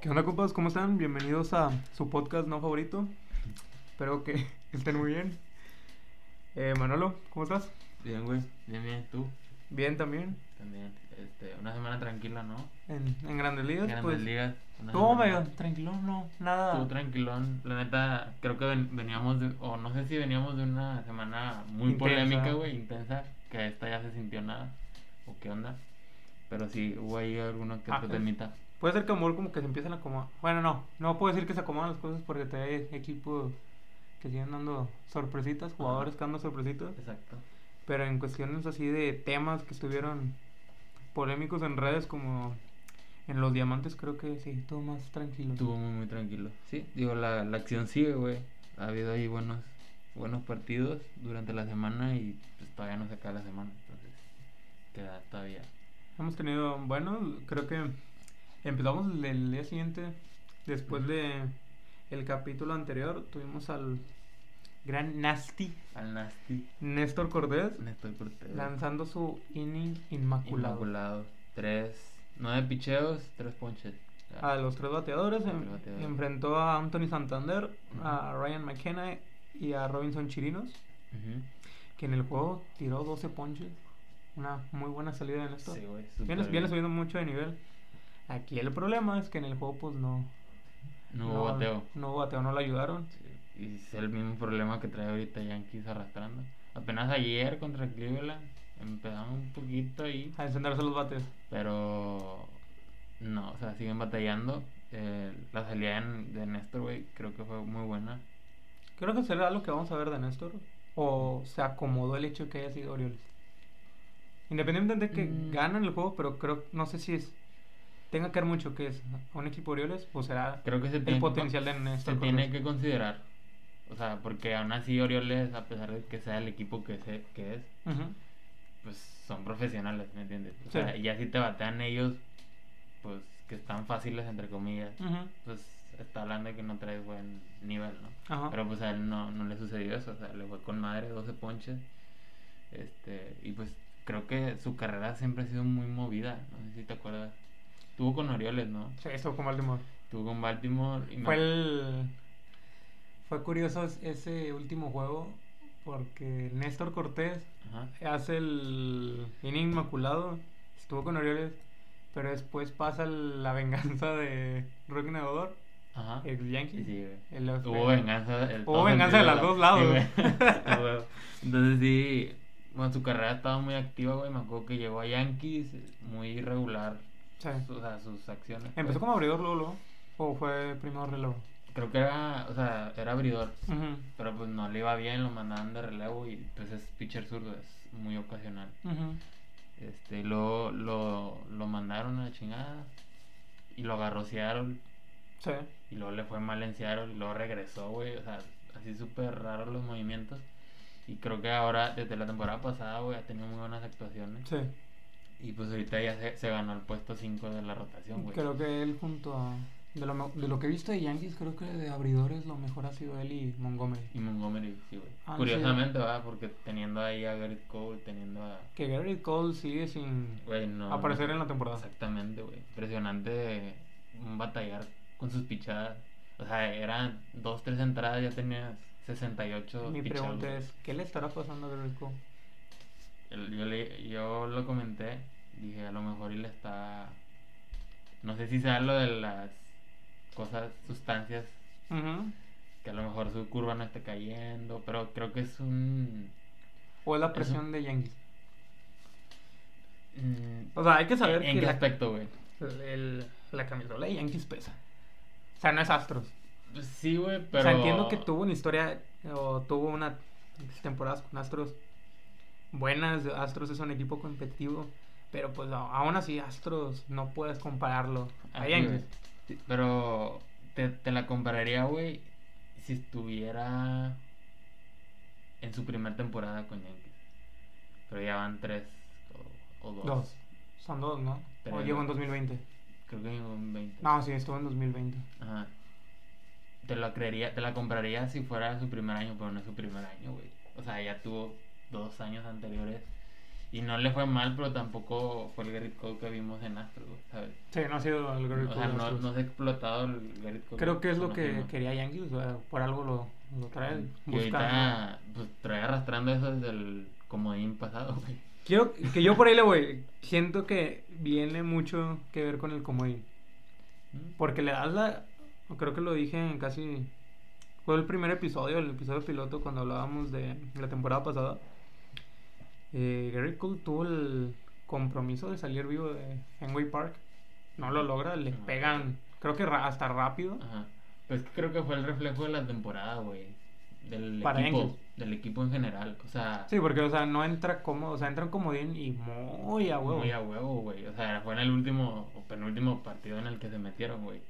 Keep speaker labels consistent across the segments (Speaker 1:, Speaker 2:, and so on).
Speaker 1: ¿Qué onda, compas? ¿Cómo están? Bienvenidos a su podcast no favorito. Espero que estén muy bien. Eh, Manolo, ¿cómo estás?
Speaker 2: Bien, güey. Bien, bien. ¿Tú?
Speaker 1: Bien también.
Speaker 2: También. Este, una semana tranquila, ¿no?
Speaker 1: En, en Grandes Ligas,
Speaker 2: Grandes
Speaker 1: pues.
Speaker 2: ligas. una
Speaker 1: Todo
Speaker 2: semana-
Speaker 1: medio tranquilo, no,
Speaker 2: Estuvo
Speaker 1: nada.
Speaker 2: tranquilón. La neta, creo que ven- veníamos, de- o no sé si veníamos de una semana muy
Speaker 1: Intensa.
Speaker 2: polémica, güey, intensa, que esta ya se sintió nada. ¿O qué onda? Pero sí, hubo ahí alguno que
Speaker 1: Ah,
Speaker 2: otro
Speaker 1: eh.
Speaker 2: temita.
Speaker 1: Puede ser que amor como que se empiezan a acomodar. Bueno, no, no puedo decir que se acomodan las cosas porque te hay equipos que siguen dando sorpresitas, jugadores que dando sorpresitas.
Speaker 2: Exacto.
Speaker 1: Pero en cuestiones así de temas que estuvieron polémicos en redes como en los diamantes, creo que sí, todo más tranquilo.
Speaker 2: Estuvo muy, muy tranquilo. Sí, digo, la, la acción sigue, güey. Ha habido ahí buenos, buenos partidos durante la semana y pues todavía no se acaba la semana. Entonces, queda todavía.
Speaker 1: Hemos tenido, bueno, creo que empezamos el, el día siguiente, después de el capítulo anterior, tuvimos al gran Nasty
Speaker 2: Al Nasty.
Speaker 1: Néstor Cordés
Speaker 2: Néstor Cortés.
Speaker 1: lanzando su inning inmaculado,
Speaker 2: Inmaculado. Tres. Nueve picheos, tres ponches.
Speaker 1: a los tres bateadores,
Speaker 2: Tres
Speaker 1: en-
Speaker 2: bateadores.
Speaker 1: enfrentó a Anthony Santander, a
Speaker 2: Ujú.
Speaker 1: Ryan McKenna y a Robinson Chirinos,
Speaker 2: Ujú.
Speaker 1: que en el juego tiró 12 ponches, una muy buena salida de Néstor.
Speaker 2: Sí, güey.
Speaker 1: viene,
Speaker 2: súper
Speaker 1: viene
Speaker 2: bien.
Speaker 1: subiendo mucho de nivel. Aquí el problema es que en el juego pues no
Speaker 2: No hubo bateo.
Speaker 1: No hubo bateo, no lo ayudaron.
Speaker 2: Sí, Y es el mismo problema que trae ahorita Yankees arrastrando. Apenas ayer contra Cleveland empezaron un poquito ahí.
Speaker 1: A encenderse los bates.
Speaker 2: Pero no, o sea, siguen batallando. Eh, la salida en- de Néstor, güey, creo que fue muy buena.
Speaker 1: Creo que será lo que vamos a ver de Néstor. O se acomodó el hecho de que haya sido Orioles. Independientemente de que
Speaker 2: Mm.
Speaker 1: ganan el juego, pero creo, no sé si es. Tenga que ver mucho que es a un equipo Orioles, o será
Speaker 2: Creo que se tiene
Speaker 1: el
Speaker 2: que con-
Speaker 1: potencial de
Speaker 2: se
Speaker 1: Néstor.
Speaker 2: tiene
Speaker 1: Cortés.
Speaker 2: que considerar. O sea, porque aún así Orioles, a pesar de que sea el equipo que, se, que es,
Speaker 1: Ujú.
Speaker 2: pues son profesionales, ¿me entiendes?
Speaker 1: Sí.
Speaker 2: O sea, y ya si te batean ellos, pues que están fáciles, entre comillas,
Speaker 1: Ujú.
Speaker 2: pues está hablando de que no traes buen nivel, ¿no?
Speaker 1: Ajá.
Speaker 2: Pero pues a él no, no le sucedió eso, o sea, le fue con madre, 12 ponches. Este, y pues creo que su carrera siempre ha sido muy movida, no sé si te acuerdas. Tuvo con Orioles, ¿no?
Speaker 1: Sí, estuvo con Baltimore.
Speaker 2: Tuvo con Baltimore. y me-
Speaker 1: Fue el. Fue curioso es- ese último juego porque Néstor Cortés
Speaker 2: Ajá.
Speaker 1: hace el inning inmaculado, estuvo con Orioles, pero después pasa el- la venganza de Rocky Nadador,
Speaker 2: Ajá.
Speaker 1: ex Yankee.
Speaker 2: Sí, sí, güey.
Speaker 1: El-
Speaker 2: Hubo venganza. el-
Speaker 1: Hubo
Speaker 2: todo
Speaker 1: venganza de los
Speaker 2: sentido, ¿no?
Speaker 1: dos lados,
Speaker 2: Sí,
Speaker 1: güey.
Speaker 2: güey. A huevo. Entonces sí, bueno, su carrera estaba muy activa, güey. Me acuerdo que llegó a Yankees, muy irregular.
Speaker 1: Sí.
Speaker 2: O sea, sus acciones.
Speaker 1: Empezó
Speaker 2: pues.
Speaker 1: como abridor luego, luego, o fue primero reloj.
Speaker 2: Creo que era, o sea, era abridor.
Speaker 1: Ujú,
Speaker 2: Pero pues no le iba bien, lo mandaban de relevo y pues es pitcher zurdo, es muy ocasional.
Speaker 1: ujú.
Speaker 2: Este, lo, lo, lo mandaron a la chingada y lo agarró Seattle
Speaker 1: Sí.
Speaker 2: y luego le fue mal en Seattle y luego regresó, güey. O sea, así súper raros los movimientos. Y creo que ahora, desde la temporada pasada, güey, ha tenido muy buenas actuaciones.
Speaker 1: Sí.
Speaker 2: Y pues ahorita ya se, se ganó el puesto 5 de la rotación, güey.
Speaker 1: Creo que él junto a... De lo, me- de lo que he visto de Yankees, creo que de abridores lo mejor ha sido él y Montgomery.
Speaker 2: Y Montgomery, sí, güey.
Speaker 1: Ah,
Speaker 2: Curiosamente, va, porque teniendo ahí a Garrett Cole, teniendo a...
Speaker 1: Que Gary Cole sigue sin
Speaker 2: Güey, no-
Speaker 1: aparecer
Speaker 2: no-
Speaker 1: en la temporada.
Speaker 2: Exactamente, güey. Impresionante mm, batallar con sus pichadas. O sea, eran dos, tres entradas, ya tenías 68
Speaker 1: Mi
Speaker 2: pichados,
Speaker 1: pregunta
Speaker 2: güey.
Speaker 1: es, ¿qué le estará pasando a Gary Cole?
Speaker 2: El- yo, le- yo lo comenté, dije, a lo mejor y le está... No sé si sea lo de las cosas, sustancias,
Speaker 1: Ujú.
Speaker 2: que a lo mejor su curva no esté cayendo, pero creo que es un...
Speaker 1: ¿O es la
Speaker 2: Eso.
Speaker 1: presión de Yankees?
Speaker 2: mm,
Speaker 1: O sea, hay que pues, saber
Speaker 2: ¿En
Speaker 1: que
Speaker 2: qué
Speaker 1: la,
Speaker 2: aspecto, güey?
Speaker 1: el- la camisola de Yankees pesa. O sea, no es Astros.
Speaker 2: Pues Sí, güey, pero...
Speaker 1: O sea, entiendo que tuvo una historia o tuvo una temporadas con Astros buenas. Astros es un equipo competitivo. Pero pues no, aún así Astros no puedes compararlo a
Speaker 2: Así,
Speaker 1: Yankees.
Speaker 2: güey. Sí, Pero te, te la compararía, güey, si estuviera en su primera temporada con Yankees. Pero ya van tres o, o dos.
Speaker 1: Dos. Son dos, ¿no? O
Speaker 2: Tres.
Speaker 1: llegó en 2020.
Speaker 2: Creo que en 20.
Speaker 1: No, sí, estuvo en 2020.
Speaker 2: Ajá. Te la creería, te la compraría si fuera su primer año, pero no es su primer año, güey. O sea, ya tuvo dos años anteriores Y no le fue mal, pero tampoco fue el Garrett Cole que vimos en Astros, güey, ¿sabes?
Speaker 1: Sí, no ha sido el Garrett
Speaker 2: o
Speaker 1: Cole
Speaker 2: sea,
Speaker 1: de
Speaker 2: no,
Speaker 1: Astros.
Speaker 2: no pues, se ha explotado el Garrett Cole.
Speaker 1: Creo que es lo que
Speaker 2: conocimos.
Speaker 1: quería Yankees, o sea, por algo lo, lo trae.
Speaker 2: Y
Speaker 1: buscando.
Speaker 2: ahorita, pues trae arrastrando eso desde el comodín pasado, güey.
Speaker 1: Quiero que yo por ahí le voy. Siento que viene mucho que ver con el comodín. Porque le das la. Creo que lo dije en casi. Fue el primer episodio, el episodio piloto, cuando hablábamos de la temporada pasada. Eh, Gary Cole tuvo el compromiso de salir vivo de Fenway Park. No lo logra, le
Speaker 2: Ajá.
Speaker 1: pegan, creo que ra- hasta rápido.
Speaker 2: Ajá. Pues que creo que fue el reflejo de la temporada, güey. Del
Speaker 1: Para
Speaker 2: equipo.
Speaker 1: Yankees.
Speaker 2: Del equipo en general. O sea,
Speaker 1: Sí, porque, o sea, no entra cómodo, o sea, entra como bien y muy a huevo.
Speaker 2: muy a huevo, güey. O sea, fue en el último o penúltimo partido en el que se metieron, güey.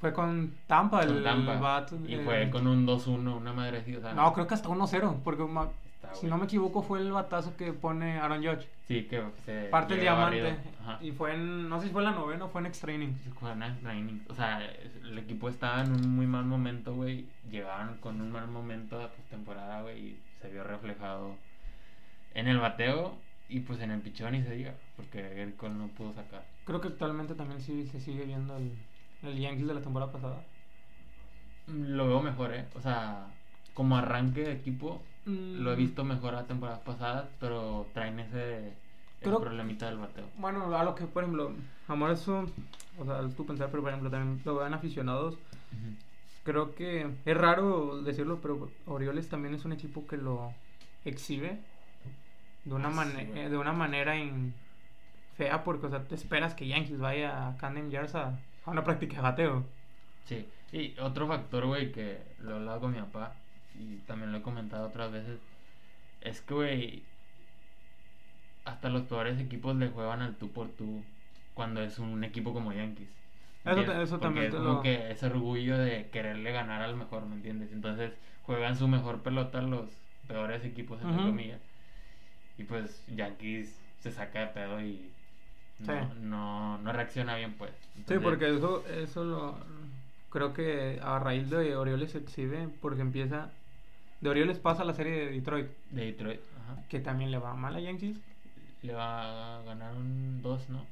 Speaker 1: Fue con Tampa
Speaker 2: Con
Speaker 1: el
Speaker 2: Tampa.
Speaker 1: vato,
Speaker 2: y
Speaker 1: eh,
Speaker 2: fue con un 2-1, una madre así, o sea,
Speaker 1: No, creo que hasta 1-0, porque ma-
Speaker 2: está,
Speaker 1: si
Speaker 2: güey.
Speaker 1: no me equivoco fue el batazo que pone Aaron Judge.
Speaker 2: Sí, que se.
Speaker 1: Parte el
Speaker 2: llega
Speaker 1: diamante.
Speaker 2: barrido. Eh, Ajá.
Speaker 1: Y fue en. No sé si fue en la novena o fue en extra innings.
Speaker 2: Jugaron a training. O sea, el equipo estaba en un muy mal momento, güey. Llegaban con un mal momento a postemporada, güey. Y se vio reflejado en el bateo y pues en el pichón, y se diga. Porque Gerrit Cole no pudo sacar.
Speaker 1: Creo que actualmente también sí se sigue viendo el, el Yankees de la temporada pasada.
Speaker 2: Lo veo mejor, ¿eh? O sea, como arranque de equipo,
Speaker 1: Mm,
Speaker 2: lo he visto mejor a temporadas pasadas, pero traen ese, ese
Speaker 1: Creo-
Speaker 2: problemita del bateo.
Speaker 1: Bueno, a lo que, por ejemplo, amor, eso. O sea, es tu pensar, pero por ejemplo, también lo vean aficionados. Creo que es raro decirlo, pero Orioles también es un equipo que lo exhibe de una,
Speaker 2: Ah, sí,
Speaker 1: mane-
Speaker 2: güey.
Speaker 1: eh, de una manera in- fea, porque, o sea, te esperas que Yankees vaya a Camden Yards a, a una práctica de bateo.
Speaker 2: Sí, y otro factor, güey, que lo he hablado con mi papá y también lo he comentado otras veces, es que, güey, hasta los peores equipos le juegan al tú por tú cuando es un equipo como Yankees.
Speaker 1: Eso te-
Speaker 2: ¿entiendes?
Speaker 1: eso
Speaker 2: Porque
Speaker 1: también
Speaker 2: es
Speaker 1: te
Speaker 2: como
Speaker 1: lo-
Speaker 2: que ese orgullo de quererle ganar al mejor, ¿me entiendes? Entonces juegan su mejor pelota los peores equipos, entre
Speaker 1: Ujú.
Speaker 2: comillas. Y pues Yankees se saca de pedo y no,
Speaker 1: Sí.
Speaker 2: no, no reacciona bien, pues.
Speaker 1: Sí,
Speaker 2: Entonces,
Speaker 1: porque eso, eso lo. Creo que a raíz de Orioles se exhibe porque empieza. De Orioles pasa la serie de Detroit,
Speaker 2: De Detroit, ajá.
Speaker 1: que también le va mal a Yankees.
Speaker 2: Le va, ganaron dos, ¿no?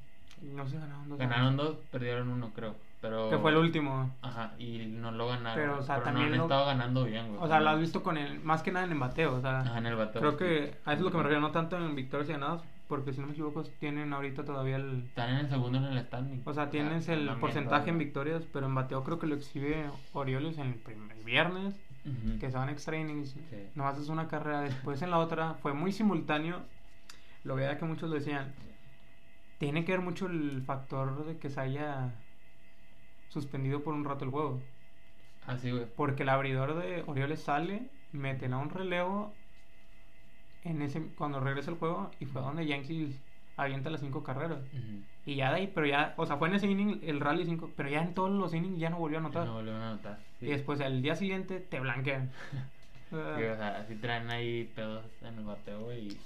Speaker 1: No sé, ganaron dos.
Speaker 2: Ganaron dos, perdieron uno, creo. Pero...
Speaker 1: Que fue el último.
Speaker 2: Ajá, y no lo ganaron.
Speaker 1: Pero, o sea,
Speaker 2: no
Speaker 1: también
Speaker 2: han
Speaker 1: lo-
Speaker 2: estado ganando bien, güey.
Speaker 1: O sea, lo has visto con el. Más que nada en el bateo, o sea.
Speaker 2: Ajá, en el bateo.
Speaker 1: Creo
Speaker 2: sí.
Speaker 1: que a eso es lo que me refiero, no tanto en victorias y ganados, porque si no me equivoco, tienen ahorita todavía el.
Speaker 2: Están en el segundo en el standing.
Speaker 1: O sea, tienes el
Speaker 2: andan bien
Speaker 1: porcentaje en
Speaker 2: todavía.
Speaker 1: victorias, pero en bateo creo que lo exhibe Orioles en el primer viernes.
Speaker 2: Ujú.
Speaker 1: que se van extra innings,
Speaker 2: Sí.
Speaker 1: no haces una carrera después en la otra, fue muy simultáneo, lo que era que muchos decían, tiene que ver mucho el factor de que se haya suspendido por un rato el juego,
Speaker 2: Ah, sí, güey.
Speaker 1: porque el abridor de Orioles sale, meten a un relevo en ese cuando regresa el juego y fue donde Yankees avienta las cinco carreras
Speaker 2: Ujú.
Speaker 1: y ya de ahí, pero ya, o sea, fue en ese inning el rally 5, pero ya en todos los innings ya no volvió a anotar.
Speaker 2: No volvieron a anotar. sí.
Speaker 1: Y después al día siguiente te blanquean.
Speaker 2: Sí, o sea, así traen ahí pedos en el bateo, güey. y-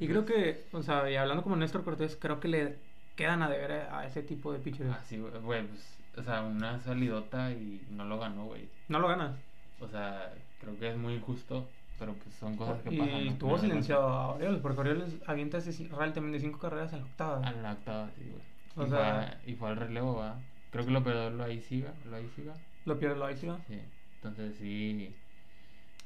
Speaker 1: Y creo que, o sea, y hablando como Néstor Cortés, creo que le quedan a deber a a ese tipo de pitchers.
Speaker 2: Así, güey, güey, pues, o sea, una salidota y no lo ganó, güey.
Speaker 1: No lo gana.
Speaker 2: O sea, creo que es muy injusto, pero pues son cosas que pasan.
Speaker 1: Y
Speaker 2: ¿no? pues,
Speaker 1: tuvo
Speaker 2: No le
Speaker 1: silenciado a Orioles, porque Orioles avienta ese ci- rally también de cinco carreras a la
Speaker 2: pasa.
Speaker 1: octava.
Speaker 2: A la octava, sí, güey.
Speaker 1: O
Speaker 2: y,
Speaker 1: sea-
Speaker 2: fue, a- y fue al relevo, va. Creo que lo perdió lo ahí siga, lo ahí siga.
Speaker 1: Lo pierde la Isla.
Speaker 2: Sí. Entonces sí,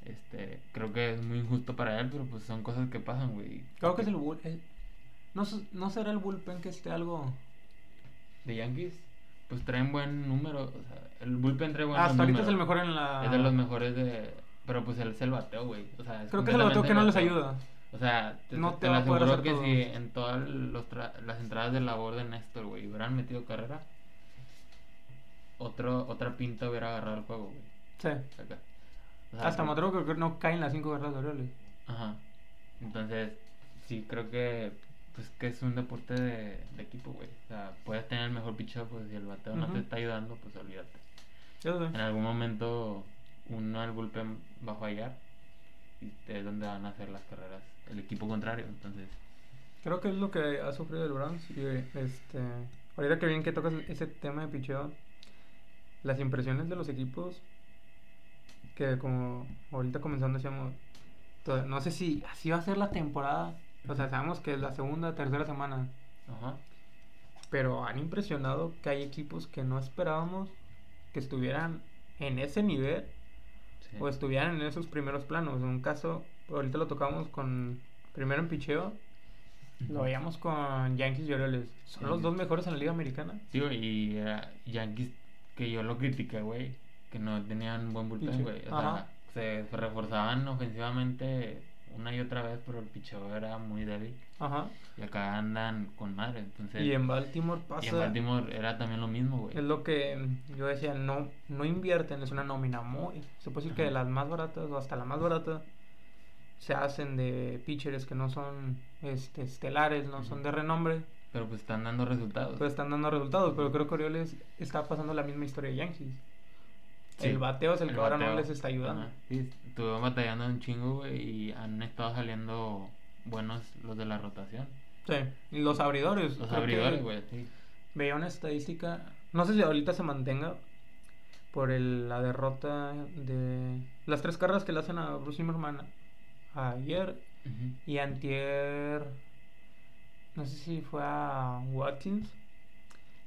Speaker 2: este, creo que es muy injusto para él, pero pues son cosas que pasan, güey.
Speaker 1: Creo que es el bull. el- no, s- no será el bullpen que esté algo.
Speaker 2: De Yankees, pues traen buen número, o sea, el bullpen trae buen
Speaker 1: Hasta ahorita es el mejor en la.
Speaker 2: Es de los mejores de... Pero pues él es el bateo, güey. O sea,
Speaker 1: Creo que es el bateo que no les
Speaker 2: completamente
Speaker 1: ayuda.
Speaker 2: O sea, te,
Speaker 1: No
Speaker 2: te
Speaker 1: te
Speaker 2: lo
Speaker 1: va a poder
Speaker 2: aseguro
Speaker 1: hacer
Speaker 2: que
Speaker 1: todo.
Speaker 2: si en todas los tra- las entradas de labor de Néstor, güey, hubieran metido carrera, otro, otra pinta hubiera agarrado el juego, güey.
Speaker 1: Sí.
Speaker 2: Acá. O sea,
Speaker 1: Hasta
Speaker 2: que-
Speaker 1: Mateo creo que no caen las cinco carreras de Orioles.
Speaker 2: Ajá. Entonces, sí, creo que pues que es un deporte de, de equipo, güey. O sea, puedes tener el mejor picheo, pues si el bateo no te
Speaker 1: Ujú.
Speaker 2: está ayudando, pues olvídate.
Speaker 1: Yo sé.
Speaker 2: En algún momento uno al bullpen va a fallar y es donde van a hacer las carreras el equipo contrario, entonces...
Speaker 1: Creo que es lo que ha sufrido el Browns. Y este, ahorita que bien que tocas ese tema de picheo, las impresiones de los equipos, que como ahorita comenzando decíamos, to- no sé si así va a ser la temporada, O sea, sabemos que es la segunda, tercera semana.
Speaker 2: Ajá.
Speaker 1: Pero han impresionado que hay equipos que no esperábamos que estuvieran en ese nivel
Speaker 2: Sí.
Speaker 1: o estuvieran en esos primeros planos. En un caso, ahorita lo tocamos con primero en picheo, lo veíamos con Yankees y Orioles. Son
Speaker 2: Sí.
Speaker 1: los dos mejores en la Liga Americana.
Speaker 2: Sí, güey, y era Yankees, que yo lo critiqué, güey, que no tenían buen bullpen,
Speaker 1: Picheo.
Speaker 2: güey. O
Speaker 1: Ajá.
Speaker 2: sea, se reforzaban ofensivamente una y otra vez, pero el picheo era muy débil.
Speaker 1: Ajá.
Speaker 2: Y acá andan con madre, entonces...
Speaker 1: Y en Baltimore pasa.
Speaker 2: y en Baltimore era también lo mismo, güey.
Speaker 1: Es lo que mm, yo decía, no, no invierten, es una nómina muy... Se puede decir que de
Speaker 2: Ajá.
Speaker 1: las más baratas o hasta la más barata se hacen de pitchers que no son este, estelares, no son
Speaker 2: Ujú.
Speaker 1: de renombre,
Speaker 2: Pero pues están dando resultados.
Speaker 1: pero están dando resultados. Pero creo que Orioles está pasando la misma historia de Yankees.
Speaker 2: Sí,
Speaker 1: El bateo es el, que ahora no
Speaker 2: bateo.
Speaker 1: les está ayudando.
Speaker 2: Ajá. Sí, estuvieron batallando un chingo, güey, y han estado saliendo buenos los de la rotación.
Speaker 1: Sí, y los abridores. creo
Speaker 2: Los
Speaker 1: que
Speaker 2: abridores, güey, sí.
Speaker 1: Veía una estadística, no sé si ahorita se mantenga por el- la derrota de las tres carreras que le hacen a Bruce Zimmerman ayer
Speaker 2: Ujú.
Speaker 1: Y antier, no sé si fue a Watkins,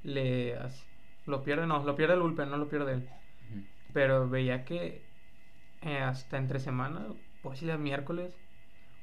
Speaker 1: le as- lo pierde, no, lo pierde el bullpen, no lo pierde él.
Speaker 2: Ujú.
Speaker 1: Pero veía que eh, hasta entre semana, pues si el miércoles,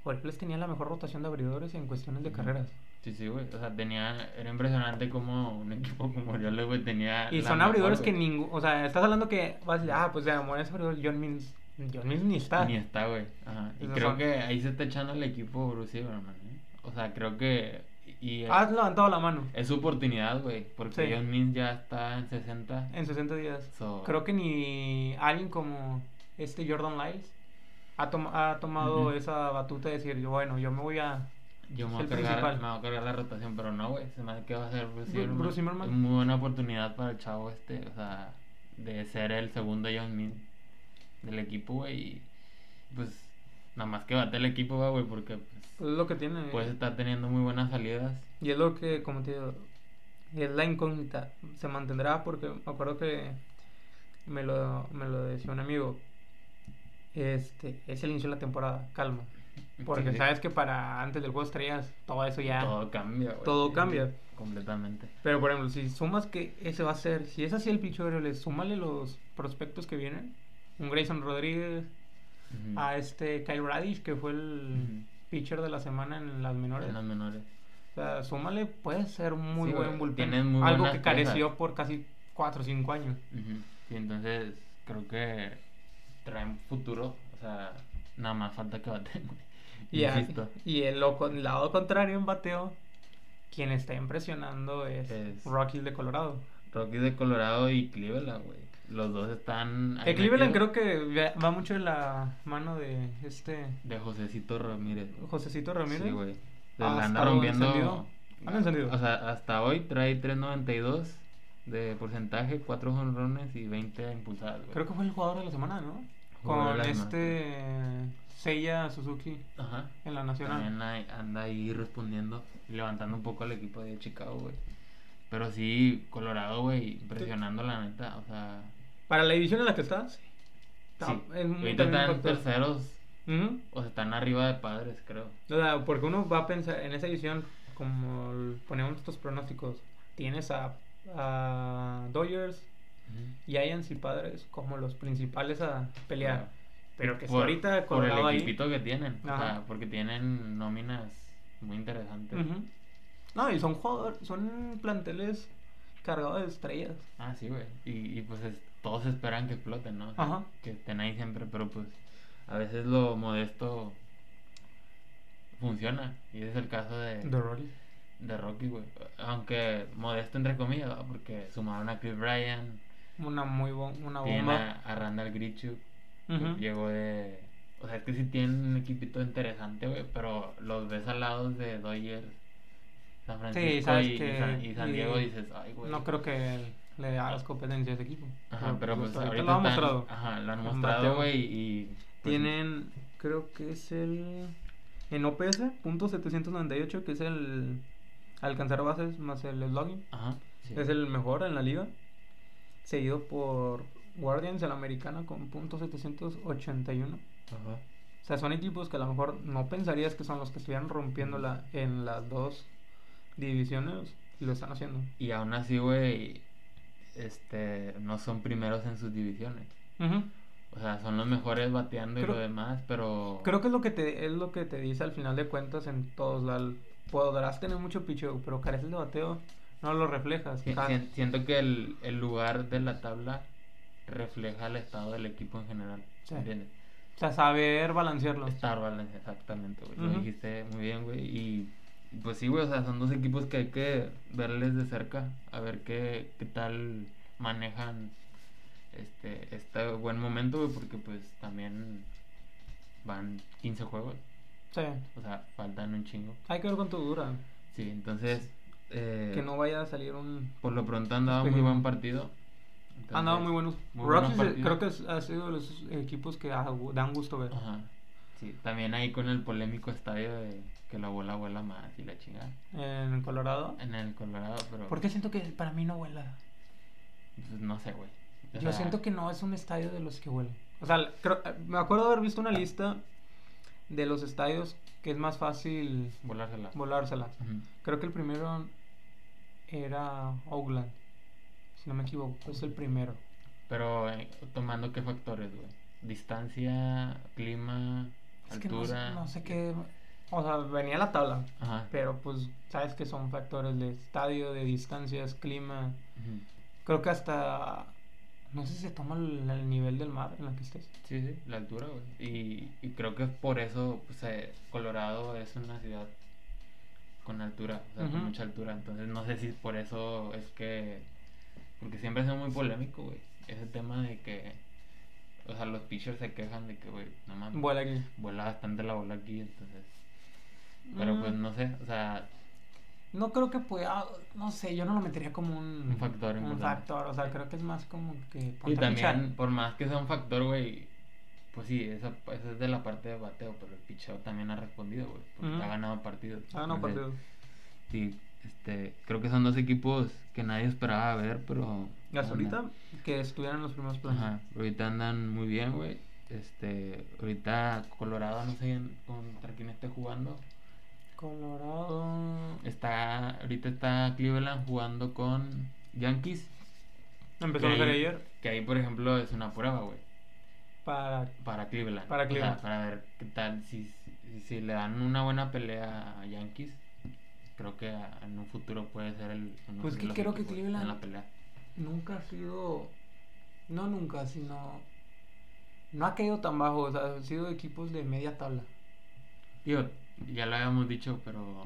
Speaker 1: Orioles tenía la mejor rotación de abridores en cuestiones de
Speaker 2: Ujú.
Speaker 1: carreras.
Speaker 2: Sí, sí, güey. O sea, tenía. Era impresionante como un equipo como Orioles, güey, tenía.
Speaker 1: Y
Speaker 2: Ah, la
Speaker 1: son
Speaker 2: mejor,
Speaker 1: abridores que
Speaker 2: güey.
Speaker 1: ningún, o sea, estás hablando que vas a decir, ah, pues de amor es abridor, John Means, John Means ni está.
Speaker 2: Ni está, güey. Ajá. Y
Speaker 1: Esos
Speaker 2: creo
Speaker 1: son-
Speaker 2: que ahí se está echando el equipo Bruce Iverman, O sea, creo que. Y es,
Speaker 1: Has levantado la mano
Speaker 2: es su oportunidad, güey. Porque
Speaker 1: Ah. Sí.
Speaker 2: John Means ya está en 60.
Speaker 1: en 60 días.
Speaker 2: so-
Speaker 1: Creo que ni alguien como este Jordan Lyles ha, tom- ha tomado
Speaker 2: Ujú.
Speaker 1: esa batuta de decir, bueno, yo me voy a...
Speaker 2: Yo me
Speaker 1: es
Speaker 2: voy, a
Speaker 1: el
Speaker 2: cargar,
Speaker 1: principal.
Speaker 2: me voy a cargar la rotación, pero no, güey. Se me hace que va a ser Bruce
Speaker 1: Bru-
Speaker 2: Iverman.
Speaker 1: Bruce Zimmerman.
Speaker 2: Es muy buena oportunidad para el chavo este, o sea, de ser el segundo John Min del equipo, güey. Y pues, nada más que bate el equipo, va, güey, porque pues,
Speaker 1: Pues es lo que tiene.
Speaker 2: puedes estar teniendo muy buenas salidas.
Speaker 1: Y es lo que, como te digo, es la incógnita. Se mantendrá porque me acuerdo que me lo, me lo decía un amigo. Este, es el inicio de la temporada, calma. Porque
Speaker 2: Sí, sí.
Speaker 1: sabes que para antes del juego estrellas, todo eso ya...
Speaker 2: Todo cambia, güey.
Speaker 1: todo cambia.
Speaker 2: Completamente.
Speaker 1: Pero por ejemplo, si sumas que ese va a ser, si es así el pichoreo, le súmale los prospectos que vienen. Un Grayson Rodríguez,
Speaker 2: Ujú.
Speaker 1: a este Kyle Radish, que fue el
Speaker 2: Mm. Ujú.
Speaker 1: pitcher de la semana en las menores.
Speaker 2: En los menores.
Speaker 1: O sea, súmale, puede ser un muy
Speaker 2: Sí,
Speaker 1: buen
Speaker 2: güey,
Speaker 1: bullpen.
Speaker 2: tienes muy
Speaker 1: algo
Speaker 2: buenas
Speaker 1: que careció
Speaker 2: piezas.
Speaker 1: por casi 4 o 5 años.
Speaker 2: Ujú. Sí, entonces creo que traen futuro, o sea, nada más falta que baten, güey.
Speaker 1: Y, a-
Speaker 2: Insisto.
Speaker 1: y el lo con- lado contrario en bateo, quien está impresionando es,
Speaker 2: Es-
Speaker 1: Rockies de Colorado.
Speaker 2: Rockies de Colorado y Cleveland, güey. Los dos están. ahí
Speaker 1: Que Cleveland
Speaker 2: metidos.
Speaker 1: creo que va- va mucho en la mano de este
Speaker 2: De Josecito Ramírez. güey.
Speaker 1: Josecito Ramírez.
Speaker 2: Sí, güey. Se
Speaker 1: Ah,
Speaker 2: la anda
Speaker 1: está lo
Speaker 2: rompiendo.
Speaker 1: encendido. Anda encendido.
Speaker 2: Ah, O sea, hasta hoy trae 3.92 de porcentaje, 4 jonrones y 20 impulsadas, güey.
Speaker 1: Creo que fue el jugador de la semana, ¿no?
Speaker 2: Jugador
Speaker 1: Con
Speaker 2: de la semana.
Speaker 1: este Seiya Suzuki
Speaker 2: Ajá.
Speaker 1: en la nacional.
Speaker 2: También ahí- anda ahí respondiendo y levantando un poco al equipo de Chicago, güey. Pero sí, Colorado, güey, impresionando la neta. O sea,
Speaker 1: Para la división en la que estás,
Speaker 2: sí.
Speaker 1: es muy
Speaker 2: Ahorita
Speaker 1: también
Speaker 2: están
Speaker 1: factor.
Speaker 2: terceros,
Speaker 1: Ujú.
Speaker 2: o sea, están arriba de padres, creo.
Speaker 1: O sea, porque uno va a pensar en esa división, como el- ponemos estos pronósticos, tienes a, a Dodgers, Giants y Padres como los principales a pelear. Pero que está ahorita
Speaker 2: por el
Speaker 1: Colorado ahí.
Speaker 2: equipito que tienen. o
Speaker 1: Ajá.
Speaker 2: sea, porque tienen nóminas muy interesantes.
Speaker 1: Ujú. No, y son jugadores, son planteles cargados de estrellas.
Speaker 2: Ah, sí, güey. Y, y, pues es- todos esperan que exploten, ¿no? O sea,
Speaker 1: Ajá.
Speaker 2: Que estén ahí siempre, pero pues a veces lo modesto funciona. Y ese es el caso de,
Speaker 1: De Rory.
Speaker 2: de Rocky, güey. Aunque modesto entre comillas, ¿va? porque sumaron a Chris Bryan,
Speaker 1: Una muy bu- una
Speaker 2: tienen a,
Speaker 1: bomba.
Speaker 2: a Randall Grichuk.
Speaker 1: Ujú.
Speaker 2: Llegó de. O sea, es que sí tienen un equipito interesante, güey, pero los ves al lado de Dodgers, San Francisco
Speaker 1: sabes
Speaker 2: y, y
Speaker 1: que-
Speaker 2: San, y San
Speaker 1: y-
Speaker 2: Diego, dices, ay, güey.
Speaker 1: No creo que le hagas competencia a ese equipo.
Speaker 2: pues. Ajá, pero pues
Speaker 1: hasta
Speaker 2: ahorita
Speaker 1: lo ha
Speaker 2: están-
Speaker 1: mostrado.
Speaker 2: Ajá, lo han
Speaker 1: En
Speaker 2: mostrado,
Speaker 1: bateo.
Speaker 2: güey, y. pues,
Speaker 1: Tienen, creo que es el. En OPS, punto 798, que es el alcanzar bases más el slogan.
Speaker 2: Ajá. sí.
Speaker 1: Es el mejor en la liga. Seguido por Guardians, el americana, con punto 781.
Speaker 2: Ajá.
Speaker 1: O O sea, son equipos que a lo mejor no pensarías que son los que estuvieran rompiéndola en las dos divisiones y lo están haciendo.
Speaker 2: Y aún así, güey, este, no son primeros en sus divisiones.
Speaker 1: Ujú.
Speaker 2: O sea, son los mejores bateando y
Speaker 1: Creo-
Speaker 2: lo demás, pero...
Speaker 1: Creo que es lo que te es lo que te dice al final de cuentas en todos. la- podrás tener mucho picheo, pero careces de bateo, no lo reflejas.
Speaker 2: Si-
Speaker 1: Ca-
Speaker 2: si- Siento que el, el lugar de la tabla refleja el estado del equipo en general.
Speaker 1: Sí.
Speaker 2: ¿Entiendes?
Speaker 1: O sea, saber balancearlo.
Speaker 2: Star Balance, exactamente, güey. Lo
Speaker 1: Ujú.
Speaker 2: dijiste muy bien, güey. Y pues sí, güey, o sea, son dos equipos que hay que verles de cerca, a ver qué, qué tal manejan este, este buen momento, güey, porque pues también van 15 juegos,
Speaker 1: Sí.
Speaker 2: o sea, faltan un chingo.
Speaker 1: Hay que ver cuánto dura.
Speaker 2: Sí, entonces, eh,
Speaker 1: Que no vaya a salir un.
Speaker 2: por lo pronto han dado muy
Speaker 1: Esperemos.
Speaker 2: buen partido.
Speaker 1: Han dado Este muy buenos.
Speaker 2: muy buenos
Speaker 1: Rockies, eh,
Speaker 2: partidos.
Speaker 1: creo que es- ha sido de los equipos que ah, gu- dan gusto ver.
Speaker 2: Ajá. Sí, también ahí con el polémico estadio de que la bola vuela más y la chingada.
Speaker 1: En Colorado.
Speaker 2: En el Colorado, pero...
Speaker 1: Porque siento que para mí no vuela.
Speaker 2: Pues no sé, güey. O
Speaker 1: Yo
Speaker 2: sea,
Speaker 1: siento que no es un estadio de los que vuelan. O sea, creo- eh, me acuerdo haber visto una lista de los estadios que es más fácil
Speaker 2: Volársela.
Speaker 1: volárselas.
Speaker 2: Ujú.
Speaker 1: Creo que el primero era Oakland, si no me equivoco, es el primero.
Speaker 2: Pero eh, tomando qué factores, güey. Distancia, clima,
Speaker 1: Es que no, sé-
Speaker 2: altura.
Speaker 1: no sé qué, o sea, venía la tabla,
Speaker 2: Ajá.
Speaker 1: pero pues sabes que son factores de estadio, de distancias, clima.
Speaker 2: Ujú.
Speaker 1: Creo que hasta, no sé si se toma el, el nivel del mar en la que estés.
Speaker 2: Sí, sí, la altura, güey. Y, y creo que por eso, pues, eh, Colorado es una ciudad con altura, o sea, con
Speaker 1: Ujú.
Speaker 2: mucha altura. Entonces, no sé si por eso es que. Porque siempre es muy polémico, güey. Ese tema de que. O sea, los pitchers se quejan de que, güey, no mames.
Speaker 1: Vuela aquí.
Speaker 2: Vuela bastante la bola aquí, entonces. Pero
Speaker 1: Mm,
Speaker 2: pues no sé, o sea,
Speaker 1: no creo que pueda, no sé, yo no lo metería como un,
Speaker 2: Un factor
Speaker 1: un
Speaker 2: importante.
Speaker 1: factor, o sea, creo que es más como que...
Speaker 2: y
Speaker 1: ponte a
Speaker 2: también,
Speaker 1: pichar.
Speaker 2: por más que sea un factor, güey, pues sí, esa, esa es de la parte de bateo, pero el picheo también ha respondido, güey, porque
Speaker 1: Ujú.
Speaker 2: ha ganado partidos.
Speaker 1: Ah, no,
Speaker 2: Entonces,
Speaker 1: partido.
Speaker 2: Sí, este, creo que son dos equipos que nadie esperaba ver, pero...
Speaker 1: Y hasta ahorita
Speaker 2: andan-
Speaker 1: que estuvieran en los primeros planos.
Speaker 2: Ajá, ahorita andan muy bien, güey. Este, ahorita Colorado, no sé en- contra quién esté jugando.
Speaker 1: Colorado.
Speaker 2: Está, ahorita está Cleveland jugando con Yankees.
Speaker 1: Empezó
Speaker 2: que
Speaker 1: a hacer
Speaker 2: ahí-
Speaker 1: ayer
Speaker 2: Que ahí, por ejemplo, es una prueba, güey.
Speaker 1: para.
Speaker 2: Para Cleveland.
Speaker 1: Para
Speaker 2: O sea,
Speaker 1: Cleveland.
Speaker 2: para ver qué tal. Si, si, si le dan una buena pelea a Yankees, creo que a- en un futuro puede ser el. uno
Speaker 1: Pues
Speaker 2: de
Speaker 1: que
Speaker 2: los
Speaker 1: creo que
Speaker 2: equipos En
Speaker 1: Cleveland-
Speaker 2: la pelea.
Speaker 1: Nunca ha sido. No nunca, sino. No ha caído tan bajo. O sea, han sido equipos de media tabla.
Speaker 2: Digo, ya lo habíamos dicho, pero.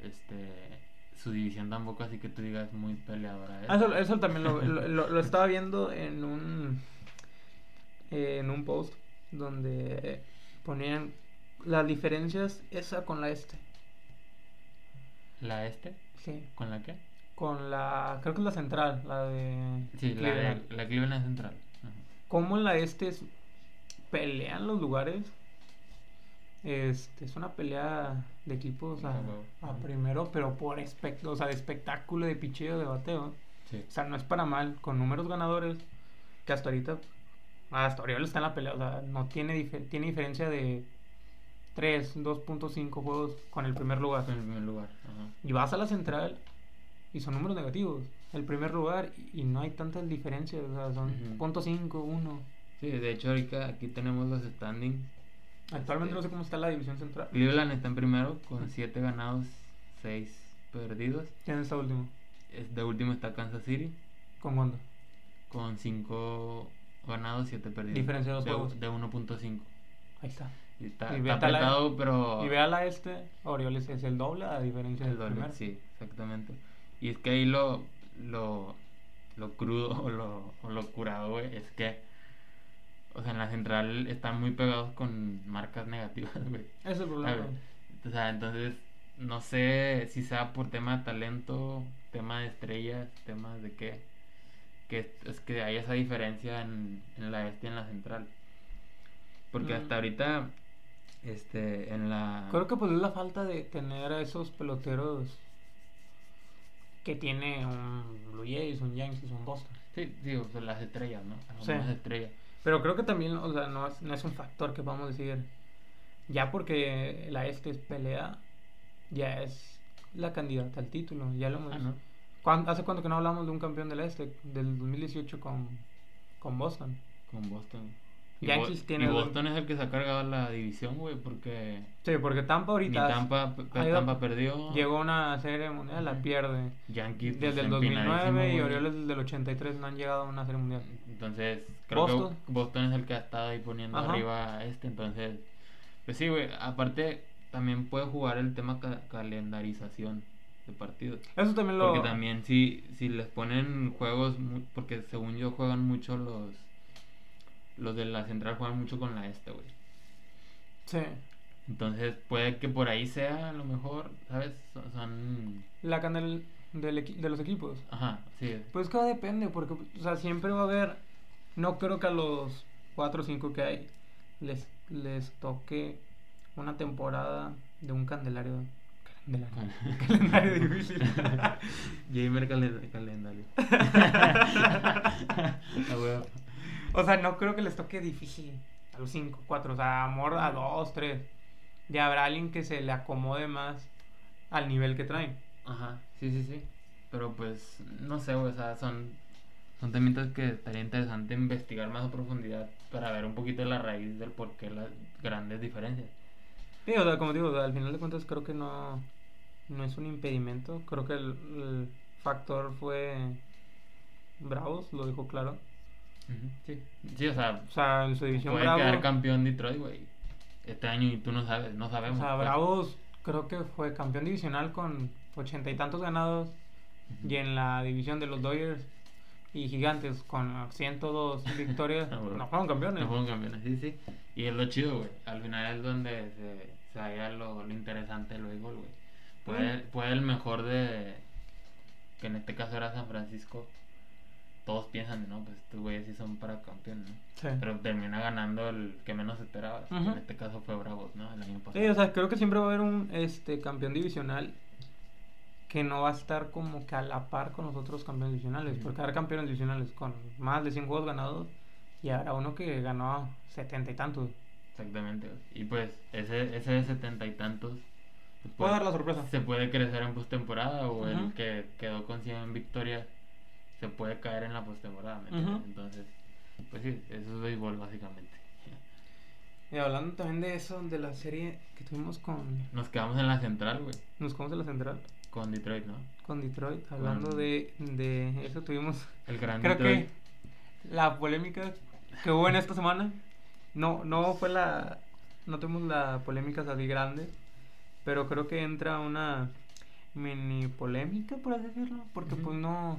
Speaker 2: Este. Su división tampoco, así que tú digas muy peleadora. ¿eh?
Speaker 1: Ah, Eso, eso también lo, lo- lo- lo estaba viendo en un. eh, en un post donde ponían las diferencias esa con la este.
Speaker 2: ¿La este?
Speaker 1: Sí.
Speaker 2: ¿Con la qué?
Speaker 1: Con la. Creo que es la central, la de.
Speaker 2: Sí, la, de-
Speaker 1: Cleveland.
Speaker 2: la Cleveland Central. Ajá.
Speaker 1: cómo en la este es- pelean los lugares. Este, es una pelea de equipos a,
Speaker 2: Ah, huevo.
Speaker 1: a
Speaker 2: Ujú.
Speaker 1: primero, pero por espect- o sea, de espectáculo, de picheo, de bateo.
Speaker 2: Sí.
Speaker 1: O sea, no es para mal, con números ganadores, que hasta ahorita, hasta ahorita está en la pelea, o sea, no tiene, dife- tiene diferencia de 3, 2.5 juegos con el primer lugar.
Speaker 2: En el primer lugar. Ajá.
Speaker 1: Y vas a la central y son números negativos. El primer lugar y, y no hay tantas diferencias, o sea, son
Speaker 2: Ujú.
Speaker 1: punto .5, 1.
Speaker 2: Sí, de hecho, ahorita aquí tenemos los standings.
Speaker 1: Actualmente
Speaker 2: Este-
Speaker 1: no sé cómo está la división central.
Speaker 2: Cleveland está en primero con 7 ganados, 6 perdidos.
Speaker 1: ¿Quién está último?
Speaker 2: Es- De último está Kansas City
Speaker 1: ¿Con cuándo?
Speaker 2: con 5 ganados, 7 perdidos.
Speaker 1: Diferencia de dos
Speaker 2: de,
Speaker 1: juegos.
Speaker 2: de 1.5.
Speaker 1: Ahí está.
Speaker 2: Y Está,
Speaker 1: Y
Speaker 2: está
Speaker 1: vete a la-
Speaker 2: apretado, pero...
Speaker 1: Y vea la este, Orioles es el doble a diferencia
Speaker 2: el
Speaker 1: del
Speaker 2: doble,
Speaker 1: primero.
Speaker 2: sí, exactamente. Y es que ahí lo, lo, lo crudo o lo, o lo curado, güey, es que... O sea, en la central están muy pegados con marcas negativas, güey.
Speaker 1: Ese es el problema.
Speaker 2: Claro. O sea, entonces, no sé si sea por tema de talento, tema de estrellas, temas de qué. Que es- es que hay esa diferencia en, en la este y en la central. Porque
Speaker 1: Mm.
Speaker 2: hasta ahorita, este, en la.
Speaker 1: Creo que pues es la falta de tener a esos peloteros que tiene un Blue Jays, un Yankees, un Boston.
Speaker 2: Sí, digo, pues, las estrellas, ¿no? Las
Speaker 1: Sí.
Speaker 2: famosas estrellas.
Speaker 1: Pero creo que también, o sea, no es, no es un factor que vamos a decir. Ya porque la este es pelea, ya es la candidata al título. Ya lo hemos.
Speaker 2: Ah, ¿no?
Speaker 1: ¿Cuán- ¿Hace cuánto que no hablamos de un campeón del este? Del 2018 con, con Boston.
Speaker 2: Con Boston.
Speaker 1: Yankees tiene
Speaker 2: y
Speaker 1: el-
Speaker 2: Boston es el que se ha cargado la división, güey, porque
Speaker 1: Sí, porque Tampa
Speaker 2: ni
Speaker 1: ahorita
Speaker 2: Tampa, pe-
Speaker 1: ahí va-
Speaker 2: Tampa perdió.
Speaker 1: llegó a una serie mundial, la
Speaker 2: Ujú.
Speaker 1: pierde.
Speaker 2: Yankees pues,
Speaker 1: Desde el
Speaker 2: empinadísimo,
Speaker 1: 2009 y
Speaker 2: güey.
Speaker 1: Orioles desde el 83 no han llegado a una serie mundial.
Speaker 2: Entonces, creo
Speaker 1: Boston.
Speaker 2: que Boston es el que ha estado ahí poniendo
Speaker 1: Ajá.
Speaker 2: arriba a este. Entonces, pues sí, güey. Aparte, también puede jugar el tema ca- calendarización de partidos.
Speaker 1: Eso también lo.
Speaker 2: Porque también si, si les ponen juegos, mu- porque según yo juegan mucho los... Los de la central juegan mucho con la este, güey.
Speaker 1: Sí.
Speaker 2: Entonces puede que por ahí sea a lo mejor, ¿sabes? Son... son-
Speaker 1: La canal del equi- de los equipos.
Speaker 2: Ajá, sí.
Speaker 1: Pues cada depende, porque o sea, siempre va a haber. No creo que a los 4 o 5 que hay les, les toque una temporada de un candelario. Candelario. calendario difícil.
Speaker 2: Jamer calen- calendario. Ah, güey.
Speaker 1: o sea, no creo que les toque difícil a los 5, 4. O sea, amor a 2, 3. Ya habrá alguien que se le acomode más al nivel que traen.
Speaker 2: Ajá, sí, sí, sí. Pero pues, no sé, güey, o sea, son, son temitas que estaría interesante investigar más a profundidad para ver un poquito la raíz del por qué las grandes diferencias.
Speaker 1: Sí, o sea, como digo, o sea, al final de cuentas creo que no, no es un impedimento. Creo que el, el factor fue Bravos, lo dijo claro.
Speaker 2: Sí. Sí, o sea,
Speaker 1: O sea, en su división
Speaker 2: puede
Speaker 1: Bravo-
Speaker 2: quedar campeón Detroit, güey. Este año y tú no sabes, no
Speaker 1: o
Speaker 2: sabemos.
Speaker 1: sea,
Speaker 2: pues.
Speaker 1: Bravos creo que fue campeón divisional con ochenta y tantos ganados.
Speaker 2: Ujú.
Speaker 1: Y en la división de los Dodgers y Gigantes con 102 victorias,
Speaker 2: Ah, bueno.
Speaker 1: no fueron campeones.
Speaker 2: No fueron campeones, sí, sí. Y es lo chido, güey. Al final es donde se, se halla lo, lo interesante del béisbol, güey. Puede, puede el mejor de. Que en este caso era San Francisco. Todos piensan, no, pues estos güeyes sí son para campeones, ¿no?
Speaker 1: Sí.
Speaker 2: Pero termina ganando el que menos esperaba. que
Speaker 1: Ujú.
Speaker 2: En este caso fue Bravos, ¿no? El año pasado.
Speaker 1: Sí, o sea, creo que siempre va a haber un este campeón divisional que no va a estar como que a la par con los otros campeones divisionales,
Speaker 2: Ujú.
Speaker 1: porque habrá campeones divisionales con más de 100 juegos ganados y habrá uno que ganó 70 y tantos.
Speaker 2: Exactamente, güey. Y pues, ese, ese de setenta y tantos. se
Speaker 1: Puede dar la sorpresa.
Speaker 2: Se puede crecer en postemporada o el
Speaker 1: Ujú.
Speaker 2: que quedó con 100 victorias se puede caer en la postemporada, ¿me entiendes?
Speaker 1: Ujú.
Speaker 2: Entonces, pues sí, eso es béisbol básicamente.
Speaker 1: Y hablando también de eso, de la serie que tuvimos con
Speaker 2: Nos quedamos en la central, güey,
Speaker 1: nos comemos en la central
Speaker 2: con Detroit, ¿no?
Speaker 1: con Detroit, hablando
Speaker 2: Con-
Speaker 1: de, de eso tuvimos
Speaker 2: El gran
Speaker 1: creo
Speaker 2: Detroit.
Speaker 1: que la polémica que hubo en esta semana no no fue la no tuvimos la polémica así grande pero creo que entra una mini polémica por así decirlo porque
Speaker 2: Ujú.
Speaker 1: pues no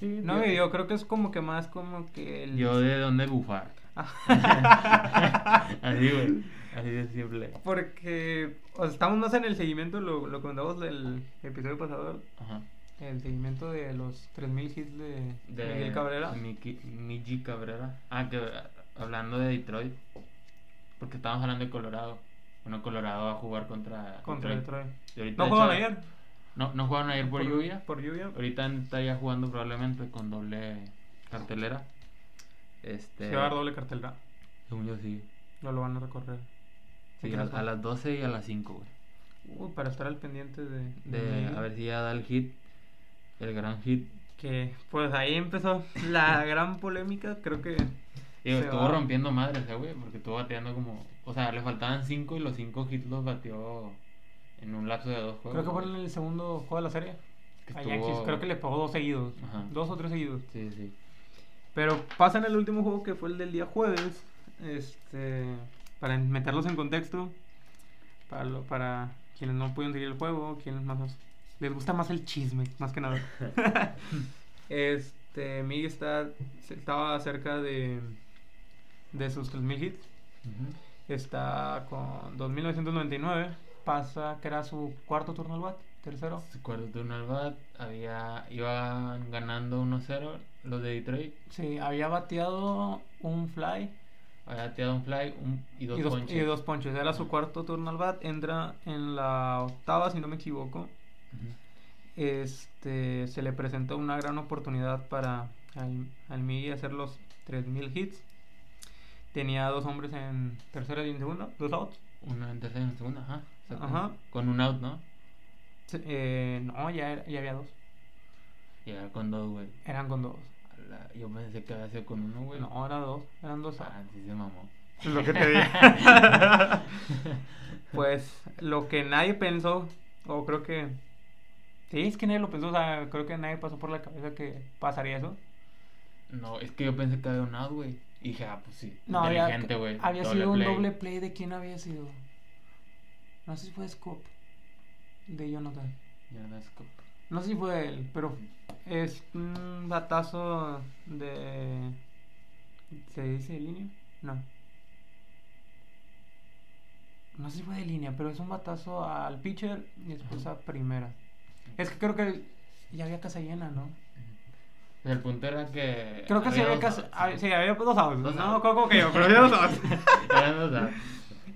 Speaker 2: Sí,
Speaker 1: no me dio creo que es como que más como que el
Speaker 2: Yo de dónde bufar. así, güey. Así de simple.
Speaker 1: porque o sea, estamos más en el seguimiento lo lo comentamos del episodio pasado
Speaker 2: Ajá.
Speaker 1: el seguimiento de los 3000 hits de,
Speaker 2: de
Speaker 1: Miguel Cabrera
Speaker 2: Miki- Migi Cabrera. Ah, que ah, hablando de Detroit. Porque estábamos hablando de Colorado. Bueno, Colorado va a jugar contra
Speaker 1: contra Detroit
Speaker 2: Y ahorita,
Speaker 1: no
Speaker 2: de
Speaker 1: jugaron
Speaker 2: hecho,
Speaker 1: ayer
Speaker 2: No, no jugaron ayer por, lluvia.
Speaker 1: por lluvia
Speaker 2: Ahorita estaría jugando probablemente con doble cartelera. Este,
Speaker 1: Se va a dar doble cartelera.
Speaker 2: Según yo sí.
Speaker 1: No lo van a recorrer.
Speaker 2: Sí,
Speaker 1: ¿Qué
Speaker 2: a,
Speaker 1: nos va?
Speaker 2: a las 12 y a las 5, güey.
Speaker 1: Uy, para estar al pendiente de.
Speaker 2: De,
Speaker 1: de-
Speaker 2: a ver si ya da el hit. El gran hit.
Speaker 1: Que pues ahí empezó la gran polémica. Creo que.
Speaker 2: Digo,
Speaker 1: Se
Speaker 2: estuvo
Speaker 1: va.
Speaker 2: rompiendo madre ese güey, porque estuvo bateando como. O sea, le faltaban 5 y los 5 hits los batió en un lapso de dos juegos.
Speaker 1: Creo que fue en
Speaker 2: güey.
Speaker 1: el segundo juego de la serie.
Speaker 2: Que
Speaker 1: A
Speaker 2: estuvo-
Speaker 1: Yankees. Creo que le pegó dos seguidos.
Speaker 2: Ajá.
Speaker 1: Dos o tres seguidos.
Speaker 2: Sí, sí.
Speaker 1: Pero pasa en el último juego que fue el del día jueves. Este. Para meterlos en contexto. Para, lo- para quienes no pudieron seguir el juego. Quienes más. Les gusta más el chisme, más que nada. este. Miguel está, estaba cerca de. De sus 3000 hits.
Speaker 2: Ujú.
Speaker 1: Está con 2999. Pasa que era su cuarto turno al bat. Tercero.
Speaker 2: Se acuerda de un al bat, había, iban ganando 1-0 los de Detroit,
Speaker 1: Sí, había bateado un fly.
Speaker 2: había bateado un fly un, y dos
Speaker 1: y, dos,
Speaker 2: ponches.
Speaker 1: y dos ponches. Era su cuarto turno al bat. Entra en la octava, si no me equivoco.
Speaker 2: Ujú.
Speaker 1: Este, se le presentó una gran oportunidad para al, al Miggy hacer los 3000 hits. tenía dos hombres en tercera y en segunda, dos outs.
Speaker 2: Uno en tercera y en segunda, ajá. O sea, con-
Speaker 1: Ajá.
Speaker 2: Con un out, ¿no?
Speaker 1: Se- eh, no, ya, era- ya había dos.
Speaker 2: Y era con dos, güey.
Speaker 1: Eran con dos.
Speaker 2: A la- Yo pensé que había sido con uno, güey.
Speaker 1: No, eran dos. Eran dos outs.
Speaker 2: Ah, sí se mamó.
Speaker 1: Es lo que te dije. pues lo que nadie pensó, o creo que. Sí, es que nadie lo pensó, o sea, creo que nadie pasó por la cabeza que pasaría eso.
Speaker 2: No, es que yo pensé que había un out, güey. Y dije, ah, pues sí.
Speaker 1: No, había,
Speaker 2: inteligente, güey.
Speaker 1: había
Speaker 2: doble
Speaker 1: sido
Speaker 2: play.
Speaker 1: un doble play de quién había sido. No sé si fue Scope de Jonathan.
Speaker 2: Ya no es como-
Speaker 1: No sé si fue de él, pero es un batazo de. ¿Se dice de línea? No. No sé si fue de línea, pero es un batazo al pitcher y después a primera. Es que creo que ya había casa llena, ¿no?
Speaker 2: O sea, El punto era que.
Speaker 1: Creo que sí había
Speaker 2: dos
Speaker 1: casa.
Speaker 2: outs,
Speaker 1: ah,
Speaker 2: ¿no?
Speaker 1: Sí, había dos outs.
Speaker 2: Dos
Speaker 1: No,
Speaker 2: outs.
Speaker 1: creo que yo, pero había dos outs.
Speaker 2: Eran dos outs.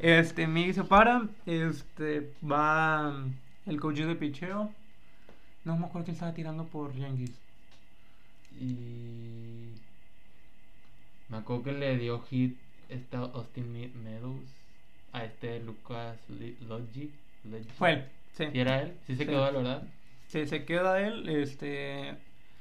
Speaker 1: Este, Miggy se para, este, va mm, el coach de picheo. No me acuerdo que estaba tirando por Yankees.
Speaker 2: Y. Me acuerdo que le dio hit esta Austin Me- Meadows a este Lucas Li- Loggi. Loggi.
Speaker 1: Fue él, sí.
Speaker 2: ¿Sí era él? Sí se
Speaker 1: Sí.
Speaker 2: quedó al verdad.
Speaker 1: Se, se queda él, este,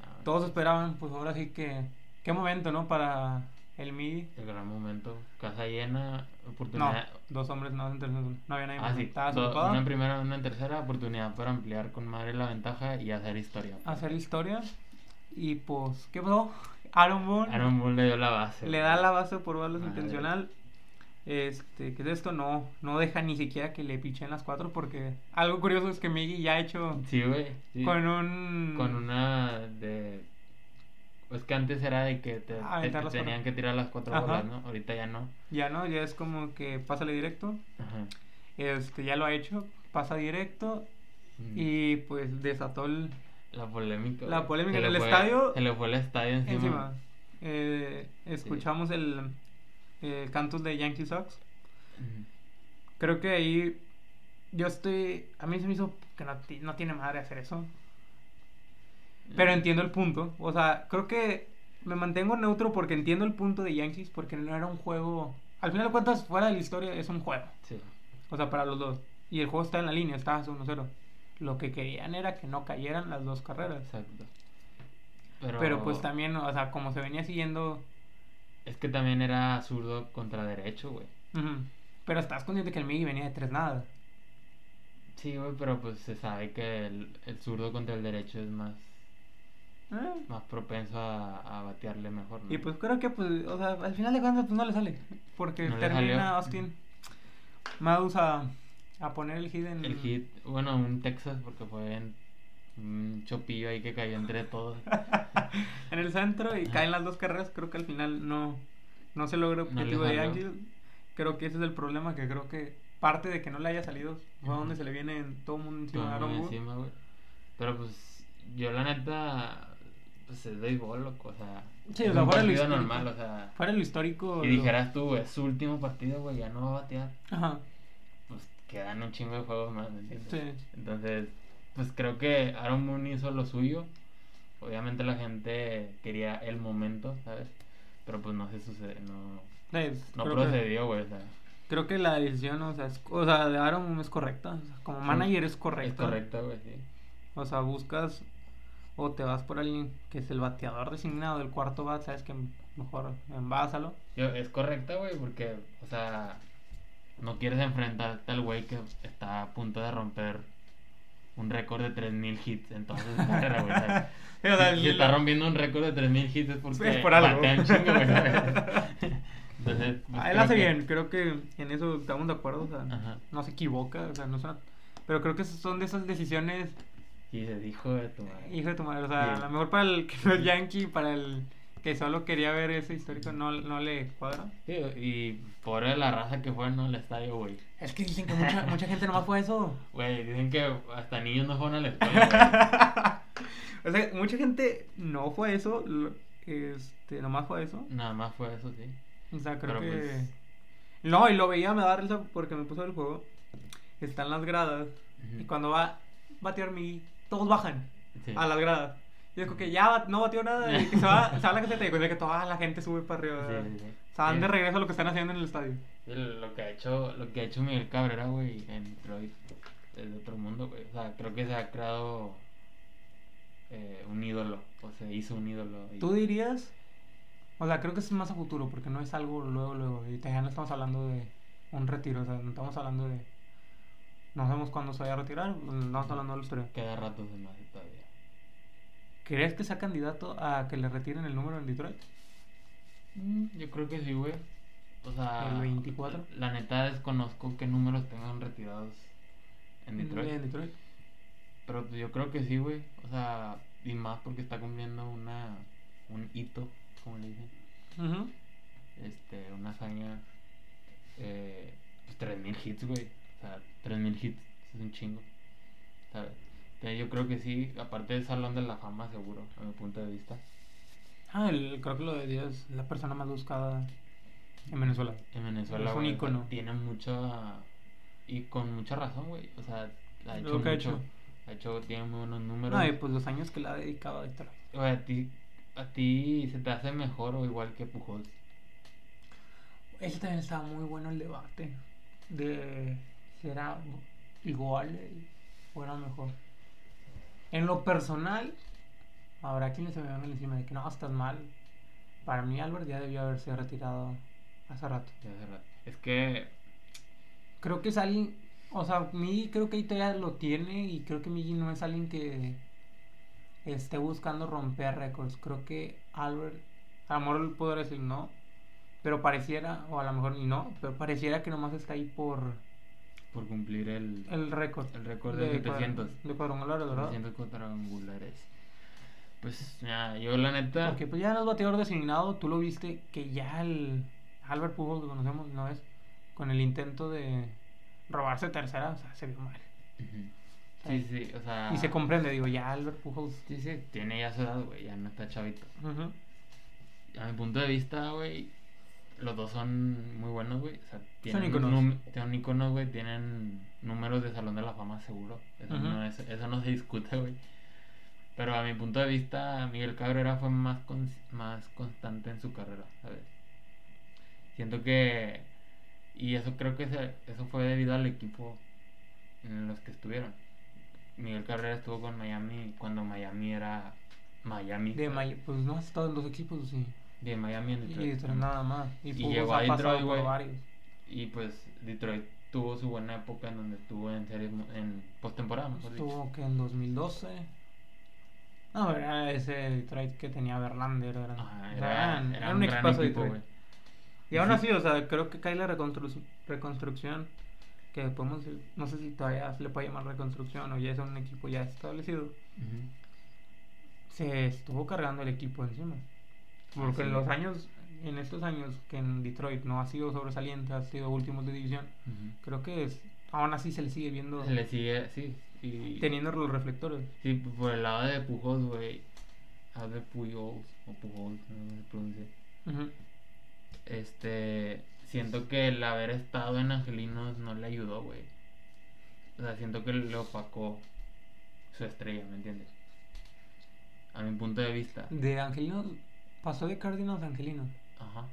Speaker 2: Ah,
Speaker 1: todos esperaban, pues ahora sí que, qué momento, ¿no? Para el Miggy.
Speaker 2: Ah, El gran momento. Casa llena,
Speaker 1: No,
Speaker 2: oportunidad.
Speaker 1: dos hombres no, en tercer turno. no había nadie.
Speaker 2: Ah,
Speaker 1: más,
Speaker 2: sí.
Speaker 1: Estaba
Speaker 2: do-
Speaker 1: ocupado.
Speaker 2: una en primera, una en tercera oportunidad para ampliar con madre la ventaja y hacer historia. pues.
Speaker 1: hacer historia. Y pues, ¿qué pasó? Aaron Boone
Speaker 2: Aaron Boone le dio la base.
Speaker 1: le da la base por balas
Speaker 2: Madre.
Speaker 1: intencional. Este, que es esto? No, no deja ni siquiera que le pichen las cuatro porque algo curioso es que Miggy ya ha hecho
Speaker 2: Sí, güey. sí.
Speaker 1: con un...
Speaker 2: Con una de. Es que antes era de que te,
Speaker 1: Ah,
Speaker 2: te-
Speaker 1: aventar las
Speaker 2: tenían
Speaker 1: cuatro.
Speaker 2: que tirar las cuatro
Speaker 1: Ajá.
Speaker 2: bolas, ¿no? Ahorita ya no.
Speaker 1: Ya no, ya es como que pásale directo.
Speaker 2: Ajá.
Speaker 1: Este, ya lo ha hecho, pasa directo
Speaker 2: Mm.
Speaker 1: y pues desató el,
Speaker 2: La polémica.
Speaker 1: la
Speaker 2: güey.
Speaker 1: polémica
Speaker 2: Se
Speaker 1: en
Speaker 2: le
Speaker 1: el
Speaker 2: fue-
Speaker 1: estadio-
Speaker 2: Se le fue el estadio encima.
Speaker 1: Encima, eh, escuchamos el, el cantus de Yankee Sox.
Speaker 2: Ujú.
Speaker 1: Creo que ahí yo estoy. A mí se me hizo que no, ti- no tiene madre hacer eso. Pero entiendo el punto. O sea, creo que me mantengo neutro porque entiendo el punto de Yankees. Porque no era un juego. Al final de cuentas, fuera de la historia, es un juego.
Speaker 2: Sí.
Speaker 1: O sea, para los dos. Y el juego está en la línea, está 1-0. Lo que querían era que no cayeran las dos carreras.
Speaker 2: Exacto.
Speaker 1: Pero, pues también, o sea, como se venía siguiendo.
Speaker 2: Es que también era zurdo contra derecho, güey.
Speaker 1: ujú. Pero estás consciente que el Miggy venía de tres nada.
Speaker 2: Sí, güey, pero pues se sabe que el, el zurdo contra el derecho es más,
Speaker 1: Eh,
Speaker 2: más propenso a, a batearle mejor, ¿no?
Speaker 1: Y pues creo que, pues, o sea, al final de cuentas, pues no le sale. Porque
Speaker 2: No le
Speaker 1: termina
Speaker 2: salió.
Speaker 1: Austin Madus a, a poner el hit en.
Speaker 2: El hit, bueno, un Texas, porque fue en- un chopillo ahí que cayó entre todos.
Speaker 1: en el centro y
Speaker 2: Ajá.
Speaker 1: caen las dos carreras. Creo que al final no, no se logra el
Speaker 2: No le
Speaker 1: objetivo de
Speaker 2: salió.
Speaker 1: Yankees. Creo que ese es el problema. Que creo que parte de que no le haya salido fue
Speaker 2: Ujú.
Speaker 1: donde se le viene en todo el mundo encima de
Speaker 2: Todo
Speaker 1: Aaron
Speaker 2: muy
Speaker 1: Boone.
Speaker 2: encima, güey. Pero pues, yo la neta, pues es béisbol, loco, o sea.
Speaker 1: Sí,
Speaker 2: es
Speaker 1: o sea,
Speaker 2: un
Speaker 1: fuera lo
Speaker 2: partido
Speaker 1: histórico.
Speaker 2: normal, o sea.
Speaker 1: Fuera lo histórico.
Speaker 2: Y
Speaker 1: lo-
Speaker 2: dijeras tú, es su último partido, güey, ya no va a batear.
Speaker 1: Ajá.
Speaker 2: Pues quedan un chingo de juegos más, ¿me entiendes?
Speaker 1: Sí.
Speaker 2: Entonces, pues creo que Aaron Moon hizo lo suyo. Obviamente la gente quería el momento, ¿sabes? Pero pues no se sucede, no,
Speaker 1: Sí, pues,
Speaker 2: no
Speaker 1: creo que-
Speaker 2: procedió, güey, o sea.
Speaker 1: Creo que la decisión, o sea, es- o sea, de Aaron Boone es correcta. o sea, como
Speaker 2: Sí.
Speaker 1: manager es correcta.
Speaker 2: Es correcto, güey, sí.
Speaker 1: O sea, buscas o te vas por alguien que es el bateador designado del cuarto bat, sabes que mejor envásalo.
Speaker 2: Yo- es correcta, güey, porque, o sea, no quieres enfrentarte al güey que está a punto de romper un récord de 3000 hits en toda su carrera, güey. ¿sabes?
Speaker 1: Sí, o sea,
Speaker 2: si
Speaker 1: el-
Speaker 2: está rompiendo un récord de 3000 hits es porque
Speaker 1: Es por algo.
Speaker 2: batea un chingo, güey, ¿sabes? Entonces, pues,
Speaker 1: Ah, él
Speaker 2: creo
Speaker 1: hace
Speaker 2: que-
Speaker 1: bien, creo que en eso estamos de acuerdo, o sea,
Speaker 2: Ajá.
Speaker 1: no se equivoca, o sea, no es una- Pero creo que son de esas decisiones,
Speaker 2: Y se dijo de tu madre.
Speaker 1: hijo de tu madre, o sea,
Speaker 2: Bien.
Speaker 1: a lo mejor para el que no es yankee, para el que solo quería ver ese histórico, no, no le cuadra.
Speaker 2: Sí, y pobre de la raza que fue ¿no? al estadio, güey.
Speaker 1: Es que dicen que mucha, mucha gente nomás fue eso.
Speaker 2: Güey, dicen que hasta niños no fueron a la escuela,
Speaker 1: O sea, mucha gente no fue eso, lo- este, nomás fue eso.
Speaker 2: güey. Nada más fue eso, sí.
Speaker 1: O sea, creo
Speaker 2: Pero,
Speaker 1: que.
Speaker 2: pues-
Speaker 1: No, y lo veía, me da risa porque me puso el juego. Están las gradas. Y
Speaker 2: Ujú.
Speaker 1: cuando va a batear mi. Todos bajan
Speaker 2: Sí.
Speaker 1: a las gradas. Yo creo que ya bat- no batió nada y que se va, se va la caseta y con el que toda la gente sube para arriba. ¿verdad?
Speaker 2: Sí, sí, sí.
Speaker 1: Se van de
Speaker 2: Sí.
Speaker 1: regreso a lo que están haciendo en el estadio.
Speaker 2: El- Lo que ha hecho, lo que ha hecho Miguel Cabrera, güey, en Detroit es de otro mundo, güey. O sea, creo que se ha creado eh, un ídolo, o se hizo un ídolo. y-
Speaker 1: ¿Tú dirías? O sea, creo que es más a futuro porque no es algo luego, luego. Y ya no estamos hablando de un retiro, o sea, no estamos hablando de. No sabemos cuándo se vaya a retirar, no estamos hablando de la historia.
Speaker 2: Queda rato de más todavía.
Speaker 1: ¿Crees que sea candidato a que le retiren el número en Detroit?
Speaker 2: Mm, yo creo que sí, güey. O sea,
Speaker 1: ¿El 24?
Speaker 2: La neta desconozco qué números tengan retirados
Speaker 1: Mm,
Speaker 2: en Detroit.
Speaker 1: En Detroit.
Speaker 2: Pero pues yo creo que sí, güey. O sea, y más porque está cumpliendo una un hito, como le dicen.
Speaker 1: Ujú.
Speaker 2: Este, una hazaña. Eh, pues 3000 hits, güey. O sea, 3000 hits es un chingo. ¿Sabes? Entonces yo creo que sí, aparte del Salón de la Fama, seguro, a mi punto de vista.
Speaker 1: Ah, el- creo que lo de Dios es la persona más buscada en Venezuela.
Speaker 2: En Venezuela,
Speaker 1: Es un
Speaker 2: güey,
Speaker 1: ícono.
Speaker 2: Tiene mucha. Y con mucha razón, güey. O sea, ha hecho
Speaker 1: Lo que ha
Speaker 2: mucho.
Speaker 1: hecho.
Speaker 2: Ha hecho, tiene muy buenos números.
Speaker 1: No, y pues los años que le ha dedicado a Detroit.
Speaker 2: Güey, a ti, a ti se te hace mejor o igual que Pujols.
Speaker 1: Ese también estaba muy bueno el debate de si era igual eh, o era mejor. En lo personal, habrá quienes se me van encima de que no, estás mal. Para mí, Albert ya debió haberse retirado hace rato.
Speaker 2: de hace rato. Es que.
Speaker 1: Creo que es alguien, o sea, Miggy creo que ahí todavía lo tiene y creo que Miggy no es alguien que esté buscando romper récords. Creo que Albert, a lo mejor puedo decir no, pero pareciera, o a lo mejor ni no, pero pareciera que nomás está ahí por
Speaker 2: Por cumplir el.
Speaker 1: el récord.
Speaker 2: el récord de 700.
Speaker 1: cuadra- De cuadrangulares, ¿verdad?
Speaker 2: 700 cuadrangulares. Pues, nada, yo la neta.
Speaker 1: Porque pues ya no es bateador designado, tú lo viste que ya el Albert Pujols que conocemos no es con el intento de robarse tercera, o sea, se vio mal.
Speaker 2: Ujú. Sí, sí, o sea.
Speaker 1: Y se comprende, digo, ya Albert Pujols.
Speaker 2: Sí, sí, tiene ya su edad, güey. Ya no está chavito.
Speaker 1: ujú.
Speaker 2: A mi punto de vista, güey, los dos son muy buenos, güey. O sea, tienen
Speaker 1: íconos.
Speaker 2: num- Son iconos, güey. Tienen números de Salón de la Fama seguro. Eso,
Speaker 1: Ujú.
Speaker 2: no, es, eso no se discute, güey. Pero a mi punto de vista, Miguel Cabrera fue más, cons- más constante en su carrera, ¿sabes? Siento que... Y eso creo que se- eso fue debido al equipo en los que estuvieron. Miguel Cabrera estuvo con Miami cuando Miami era Miami.
Speaker 1: De
Speaker 2: ¿sabes?
Speaker 1: May- pues no has estado en dos equipos, sí.
Speaker 2: De Miami en
Speaker 1: Y
Speaker 2: Detroit.
Speaker 1: Detroit nada más. Y,
Speaker 2: Y
Speaker 1: Pujols
Speaker 2: llegó
Speaker 1: ha
Speaker 2: a
Speaker 1: pasado
Speaker 2: Detroit,
Speaker 1: por
Speaker 2: güey.
Speaker 1: varios.
Speaker 2: Y pues Detroit tuvo su buena época en donde estuvo en series mu- en postemporada, mejor dicho.
Speaker 1: Estuvo que en 2012. No, era ese Detroit que tenía Verlander. Era,
Speaker 2: Ajá,
Speaker 1: o sea,
Speaker 2: Ah, era,
Speaker 1: eran-
Speaker 2: era
Speaker 1: era
Speaker 2: un gran
Speaker 1: equipazo de
Speaker 2: equipo,
Speaker 1: Detroit.
Speaker 2: güey.
Speaker 1: Y aún
Speaker 2: Sí.
Speaker 1: así, o sea, creo que cae la reconstru- reconstrucción. Que podemos decir, no sé si todavía se le puede llamar reconstrucción o ya es un equipo ya establecido. Se estuvo cargando el equipo encima. Porque en
Speaker 2: Así
Speaker 1: los
Speaker 2: es.
Speaker 1: años, en estos años que en Detroit no ha sido sobresaliente, ha sido últimos de división.
Speaker 2: Ujú.
Speaker 1: Creo que es- aún así se le sigue viendo
Speaker 2: Se le sigue, sí. Y,
Speaker 1: teniendo los reflectores.
Speaker 2: Sí, por el lado de Pujols, güey. A de Pujols, o Pujols, no sé cómo se pronuncia.
Speaker 1: Ujú.
Speaker 2: Este. Siento que el haber estado en Angelinos no le ayudó, güey. O sea, siento que le opacó su estrella, ¿me entiendes? A mi punto de vista.
Speaker 1: De Angelino, pasó de Cardinals a Angelino.
Speaker 2: Ajá.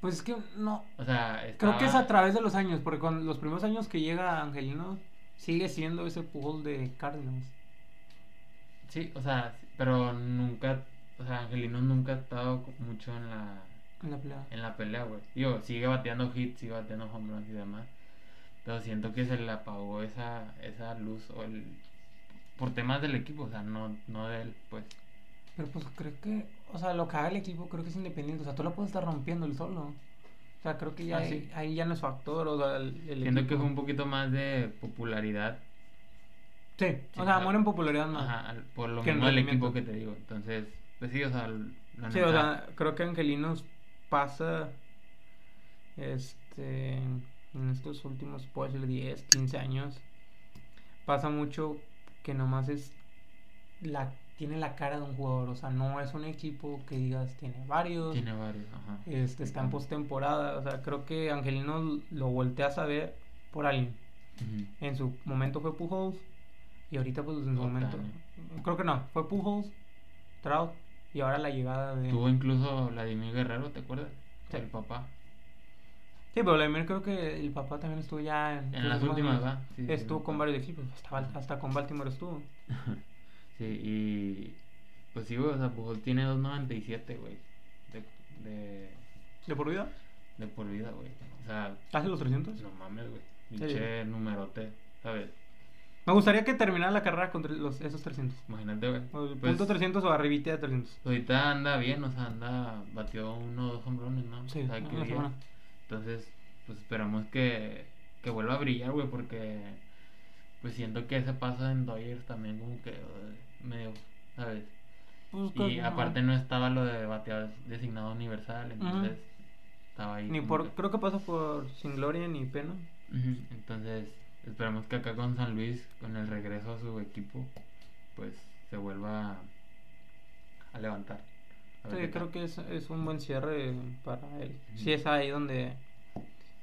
Speaker 1: Pues es que no,
Speaker 2: O sea,
Speaker 1: creo que es a
Speaker 2: estaba-
Speaker 1: través de los años, porque con los primeros años que llega Angelino, sigue siendo ese Pujols de Cardinals.
Speaker 2: Sí, o sea, pero nunca, o sea, Angelino nunca ha estado co- mucho en la,
Speaker 1: En la pelea.
Speaker 2: en la pelea, güey. Digo, sigue bateando hits, sigue bateando home runs y demás. Pero siento que se le apagó esa, esa luz o el, por temas del equipo, o sea, no, no de él, pues.
Speaker 1: Pero pues creo que, o sea, lo que haga el equipo creo que es independiente. O sea, tú lo puedes estar rompiendo el solo. O sea, creo que ya
Speaker 2: Ah,
Speaker 1: ahí,
Speaker 2: sí.
Speaker 1: ahí ya no es factor. O sea, el, el
Speaker 2: Siento que
Speaker 1: equipo.
Speaker 2: fue un poquito más de popularidad.
Speaker 1: Sí,
Speaker 2: Sí,
Speaker 1: o sea,
Speaker 2: claro.
Speaker 1: amor en popularidad más.
Speaker 2: Ajá, al- por lo
Speaker 1: Que en
Speaker 2: mismo del equipo
Speaker 1: rendimiento.
Speaker 2: que te digo. Entonces, pues sí, o sea, la
Speaker 1: Sí, o
Speaker 2: neta,
Speaker 1: sea, creo que Angelinos pasa este en estos últimos puedo decir 10, 15 años pasa mucho que nomás es la tiene la cara de un jugador, o sea, no es un equipo que digas tiene varios,
Speaker 2: tiene varios, ajá.
Speaker 1: este está en postemporada, o sea, creo que Angelinos lo volteas a ver por alguien.
Speaker 2: Ujú.
Speaker 1: En su momento fue Pujols y ahorita pues en su momento
Speaker 2: Ohtani.
Speaker 1: creo que no, fue Pujols Trout y ahora la llegada de...
Speaker 2: Tuvo incluso Vladimir Guerrero, ¿te acuerdas?
Speaker 1: Sí.
Speaker 2: El papá.
Speaker 1: Sí, pero Vladimir creo que el papá también estuvo ya en,
Speaker 2: En las últimas, ¿verdad? Sí, sí,
Speaker 1: estuvo
Speaker 2: sí.
Speaker 1: con varios equipos, hasta, Bal- hasta con Baltimore estuvo.
Speaker 2: Sí, y. Pues sí, güey, o sea, Pujol tiene 2.97, güey. De, de,
Speaker 1: ¿De por vida?
Speaker 2: de por vida, güey. O sea, pues
Speaker 1: ¿Hace los 300?
Speaker 2: no mames, güey. Pinche numerote, ¿sabes?
Speaker 1: Me gustaría que terminara la carrera con tre- los, esos 300.
Speaker 2: Imagínate, güey.
Speaker 1: O el
Speaker 2: Pues,
Speaker 1: punto 300 o arribita de 300.
Speaker 2: Ahorita anda bien, o sea, anda. Batió uno o dos hombrones, ¿no?
Speaker 1: Sí,
Speaker 2: O sea,
Speaker 1: una
Speaker 2: que bien.
Speaker 1: semana.
Speaker 2: Entonces, pues esperamos que, que vuelva a brillar, güey, porque pues siento que ese paso en Dodgers también como que eh, medio, ¿sabes?
Speaker 1: Pues,
Speaker 2: Y
Speaker 1: que-
Speaker 2: aparte no estaba lo de bateador designado universal, entonces
Speaker 1: Ujú.
Speaker 2: estaba ahí.
Speaker 1: Ni
Speaker 2: como
Speaker 1: por,
Speaker 2: que-
Speaker 1: creo que pasó por Sin Gloria ni Pena.
Speaker 2: Ujú, Entonces, esperamos que acá con San Luis, con el regreso a su equipo, pues se vuelva a levantar. A ver
Speaker 1: Sí,
Speaker 2: qué
Speaker 1: creo
Speaker 2: tal.
Speaker 1: que es, es un buen cierre para él. Si es ahí donde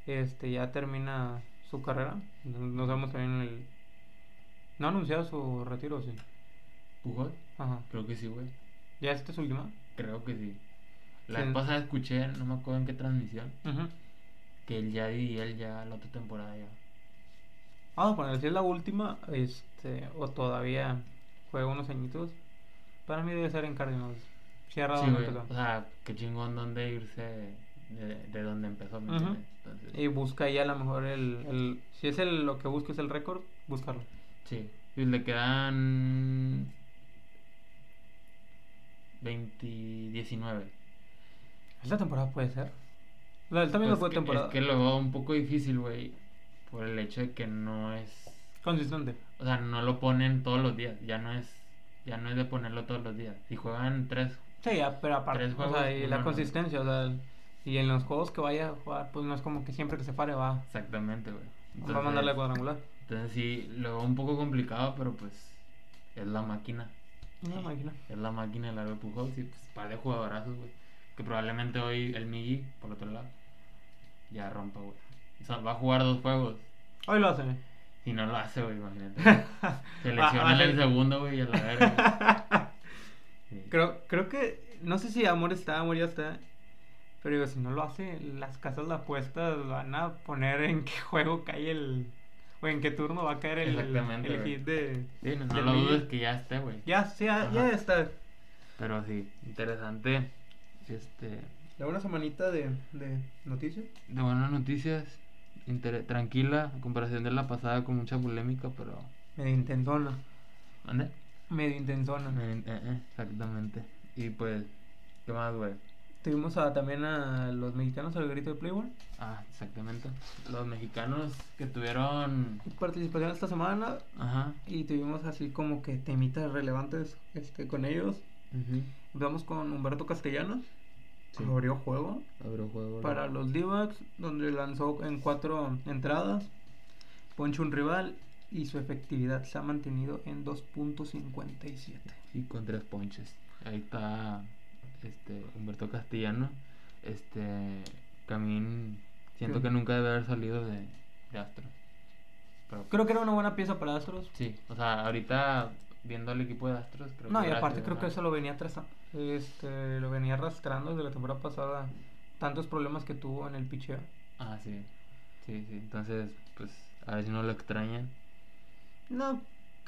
Speaker 1: este ya termina su carrera. Nos vemos también en el... No ha anunciado su retiro, sí.
Speaker 2: ¿Pujol?
Speaker 1: Ajá.
Speaker 2: Creo que sí, güey.
Speaker 1: ¿Ya esta es su última?
Speaker 2: Creo que sí. La
Speaker 1: Sí.
Speaker 2: vez pasada escuché, no me acuerdo en qué transmisión,
Speaker 1: Ujú.
Speaker 2: que él ya y él ya la otra temporada ya.
Speaker 1: Vamos a poner, si es la última, este, o todavía juega unos añitos, para mí debe ser en Cardinals. Cierra
Speaker 2: Sí,
Speaker 1: donde
Speaker 2: güey,
Speaker 1: empezó.
Speaker 2: O sea, qué chingón dónde irse de, de donde empezó, ¿me
Speaker 1: Ujú.
Speaker 2: entiendes? Entonces,
Speaker 1: Y busca ahí a lo mejor el, el- si es el, lo que busca es el récord, buscarlo.
Speaker 2: sí. Y le quedan 20, 19.
Speaker 1: Esta temporada puede ser. La, él también
Speaker 2: Pues
Speaker 1: lo
Speaker 2: que-
Speaker 1: fue temporada.
Speaker 2: Es que lo veo un poco difícil, güey, por el hecho de que no es,
Speaker 1: Consistente.
Speaker 2: o sea, no lo ponen todos los días, ya no es ya no es de ponerlo todos los días. Si juegan tres
Speaker 1: Sí, ya, pero aparte,
Speaker 2: Tres
Speaker 1: o
Speaker 2: juegos,
Speaker 1: sea, y la
Speaker 2: uno,
Speaker 1: consistencia, o sea, y en los juegos que vaya a jugar, pues no es como que siempre que se pare va,
Speaker 2: Exactamente, güey.
Speaker 1: va a mandarle
Speaker 2: Entonces-
Speaker 1: cuadrangular.
Speaker 2: Entonces sí, lo veo un poco complicado, pero pues es la máquina.
Speaker 1: No me imagino.
Speaker 2: Es la máquina del Albert Pujols y pues par de jugadorazos, güey. Que probablemente hoy el Migi, por otro lado, ya rompa, güey. O sea, va a jugar dos juegos.
Speaker 1: Hoy lo hace.
Speaker 2: Si no lo hace, güey, imagínate.
Speaker 1: Ah,
Speaker 2: Se lesiona en el segundo, güey, y a la verga. Sí.
Speaker 1: Creo, creo que, no sé si amor está, amor ya está. Pero digo, si no lo hace, las casas de apuestas van a poner en qué juego cae el. o en qué turno va a caer el,
Speaker 2: Exactamente,
Speaker 1: el
Speaker 2: güey.
Speaker 1: hit de.
Speaker 2: Sí, no, no
Speaker 1: del
Speaker 2: lo
Speaker 1: Migi.
Speaker 2: dudes que ya esté, güey.
Speaker 1: Ya, sí, ya, ya
Speaker 2: Ajá.
Speaker 1: está.
Speaker 2: Pero sí, interesante. Este,
Speaker 1: La una semanita de, de noticias.
Speaker 2: De buenas noticias, inter- tranquila, a comparación de la pasada con mucha polémica, pero...
Speaker 1: Medio intentona.
Speaker 2: ¿Ande?
Speaker 1: Medio intentona.
Speaker 2: Eh, eh, exactamente. Y pues, ¿qué más, güey?
Speaker 1: Tuvimos a, también a los mexicanos al grito de Playboy.
Speaker 2: Ah, exactamente. Los mexicanos que tuvieron...
Speaker 1: Participación esta semana.
Speaker 2: Ajá.
Speaker 1: Y tuvimos así como que temitas relevantes este, con ellos.
Speaker 2: ujú,
Speaker 1: Vamos con Humberto Castellanos.
Speaker 2: Sí.
Speaker 1: Abrió juego.
Speaker 2: Abrió juego. ¿no?
Speaker 1: para los D-backs, donde lanzó en cuatro entradas, poncho un rival y su efectividad se ha mantenido en 2.57.
Speaker 2: Y con tres ponches. Ahí está este Humberto Castellano. Este Camín siento
Speaker 1: Sí.
Speaker 2: que nunca debe haber salido de, de Astros. Pero
Speaker 1: Creo que era una buena pieza para Astros.
Speaker 2: sí, o sea, ahorita viendo al equipo de Astros creo
Speaker 1: No,
Speaker 2: que
Speaker 1: y aparte
Speaker 2: pues, gracias
Speaker 1: creo que
Speaker 2: a-
Speaker 1: eso lo venía atrasa- este, lo venía arrastrando desde la temporada pasada. Tantos problemas que tuvo en el picheo.
Speaker 2: Ah, sí. Sí, sí. Entonces, pues a ver si no lo extrañan.
Speaker 1: No,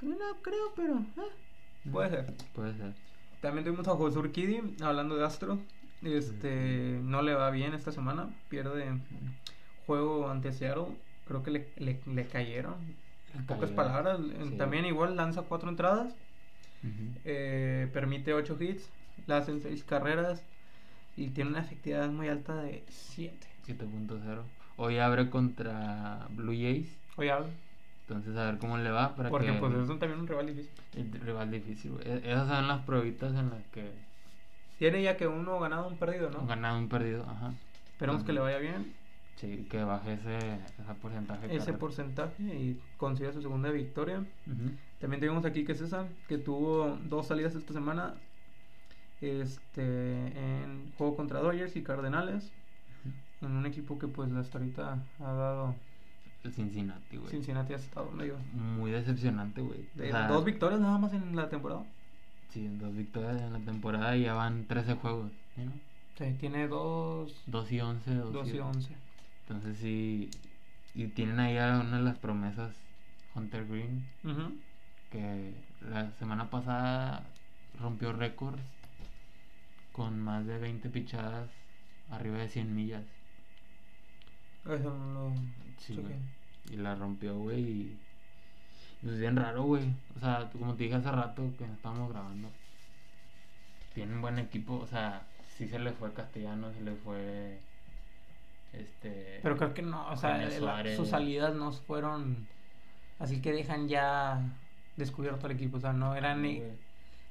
Speaker 1: no creo, pero ah. puede ser.
Speaker 2: Puede ser.
Speaker 1: También tuvimos a José Urquidi hablando de Astros. Este,
Speaker 2: Mm.
Speaker 1: no le va bien esta semana, pierde juego ante Seattle, creo que le, le, le cayeron. En pocas
Speaker 2: Cayeron,
Speaker 1: palabras, en-
Speaker 2: Eh, sí.
Speaker 1: también igual lanza cuatro entradas,
Speaker 2: Ujú.
Speaker 1: eh, permite ocho hits, le hacen seis carreras y tiene una efectividad muy alta de 7.
Speaker 2: 7.0. Hoy abre contra Blue Jays.
Speaker 1: Oye, hablo,
Speaker 2: Entonces, a ver cómo le va. Para
Speaker 1: porque
Speaker 2: que
Speaker 1: pues es un- también un rival difícil.
Speaker 2: El rival difícil, güey. E- Esas son las pruebitas en las que
Speaker 1: Tiene ya que uno ganado, un perdido, ¿no?
Speaker 2: han ganado un perdido. Ajá.
Speaker 1: Esperemos que le vaya bien
Speaker 2: Sí, que baje ese, ese porcentaje. de
Speaker 1: ese
Speaker 2: carrera.
Speaker 1: porcentaje y consiga su segunda victoria.
Speaker 2: Ujú.
Speaker 1: También tuvimos aquí que César, que tuvo dos salidas esta semana. Este en juego contra Dodgers y Cardenales. En un equipo que pues hasta ahorita ha dado
Speaker 2: El Cincinnati, güey.
Speaker 1: Cincinnati ha estado medio.
Speaker 2: Muy decepcionante, güey. O
Speaker 1: de
Speaker 2: sea,
Speaker 1: dos victorias nada más en la temporada.
Speaker 2: Sí, dos victorias en la temporada y ya van 13 juegos. ¿sí, no?
Speaker 1: Sí, tiene dos,
Speaker 2: 2 y 11, 2,
Speaker 1: dos y once.
Speaker 2: Entonces sí. Y tienen ahí a una de las promesas, Hunter Green,
Speaker 1: Ujú.
Speaker 2: que la semana pasada rompió récords con más de 20 pichadas arriba de 100 millas.
Speaker 1: Eso no lo
Speaker 2: Sí,
Speaker 1: chequé.
Speaker 2: güey. Y la rompió, güey. Y... y es bien raro, güey. O sea, tú- como te dije hace rato que estábamos grabando, tienen buen equipo. O sea, sí se le fue Castellano, se le fue. Este.
Speaker 1: Pero creo que no, o sea,
Speaker 2: Jaime
Speaker 1: la-
Speaker 2: Suárez.
Speaker 1: sus salidas no fueron así que dejan ya descubierto al equipo, o sea, no eran ni-
Speaker 2: Ah, güey.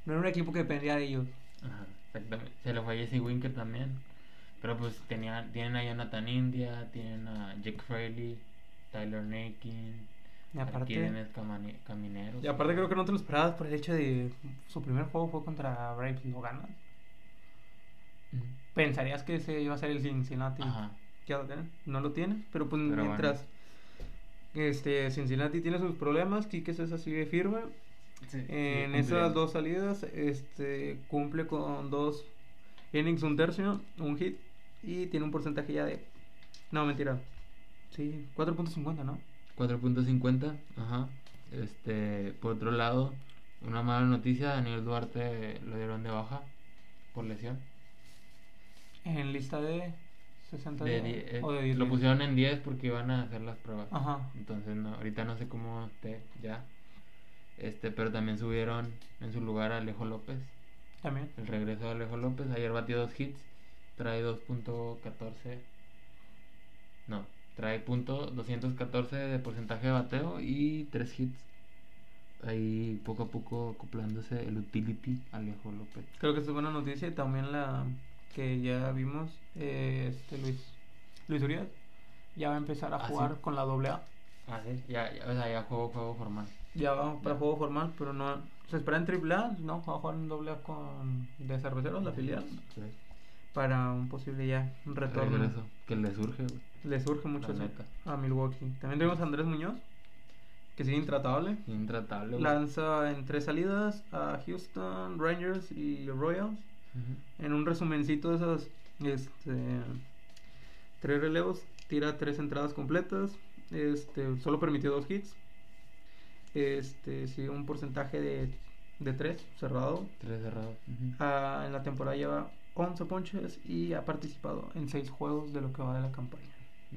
Speaker 1: no era un equipo que dependía de ellos.
Speaker 2: Ajá, exactamente. Se le fue Jesse Winker también. Pero pues tenía, tienen a Jonathan India, tienen a Jack Fraley, Tyler Nakin,
Speaker 1: Y aparte,
Speaker 2: Arquímedes Camane- Caminero.
Speaker 1: y aparte creo que no te lo esperabas por el hecho de su primer juego fue contra Braves, lo ganan.
Speaker 2: Ujú.
Speaker 1: Pensarías que ese iba a ser el Cincinnati.
Speaker 2: Ajá.
Speaker 1: Ya lo tienen, no lo tienen, pero pues
Speaker 2: Pero
Speaker 1: mientras este Cincinnati tiene sus problemas, Quiques es así de firme, En esas dos salidas, este cumple con dos innings, un tercio, un hit y tiene un porcentaje ya de. No, mentira. Sí, 4.50, ¿no?
Speaker 2: 4.50, ajá. Este, por otro lado, una mala noticia, Daniel Duarte lo dieron de baja por lesión.
Speaker 1: En lista de 60
Speaker 2: De
Speaker 1: días,
Speaker 2: die- eh,
Speaker 1: o de 10
Speaker 2: lo
Speaker 1: días.
Speaker 2: pusieron en 10 porque iban a hacer las pruebas.
Speaker 1: Ajá.
Speaker 2: Entonces, no, ahorita no sé cómo esté ya. Este, pero también subieron en su lugar a Alejo López.
Speaker 1: También.
Speaker 2: El regreso de Alejo López, ayer batió dos hits, trae 2.14. No, trae punto 214 de porcentaje de bateo y tres hits. Ahí poco a poco acoplándose el utility Alejo López.
Speaker 1: Creo que esa es buena noticia. y También la que ya vimos, eh, este Luis, Luis Urias, ya va a empezar a
Speaker 2: Ah,
Speaker 1: jugar
Speaker 2: sí.
Speaker 1: con la doble A.
Speaker 2: Ah, sí. Ya, ya, o sea, ya juego, juego formal.
Speaker 1: Ya va para
Speaker 2: Ya.
Speaker 1: juego formal, pero no. Se espera en triple A, no, va a jugar en doble A con de cerveceros, la filial,
Speaker 2: Sí.
Speaker 1: para un posible ya un retorno.
Speaker 2: Regreso, que le surge, güey.
Speaker 1: Le surge mucho
Speaker 2: La
Speaker 1: eso
Speaker 2: neta.
Speaker 1: a Milwaukee. También tenemos a Andrés Muñoz, que sigue intratable.
Speaker 2: Intratable, güey.
Speaker 1: Lanza en tres salidas a Houston, Rangers y Royals.
Speaker 2: Ujú.
Speaker 1: En un resumencito de esas este, tres relevos, tira tres entradas completas, este, solo permitió dos hits, este, sí, un porcentaje de, de tres cerrado.
Speaker 2: Tres cerrados. Ujú.
Speaker 1: Ah, en la temporada lleva 11 ponches y ha participado en seis juegos de lo que va de la campaña.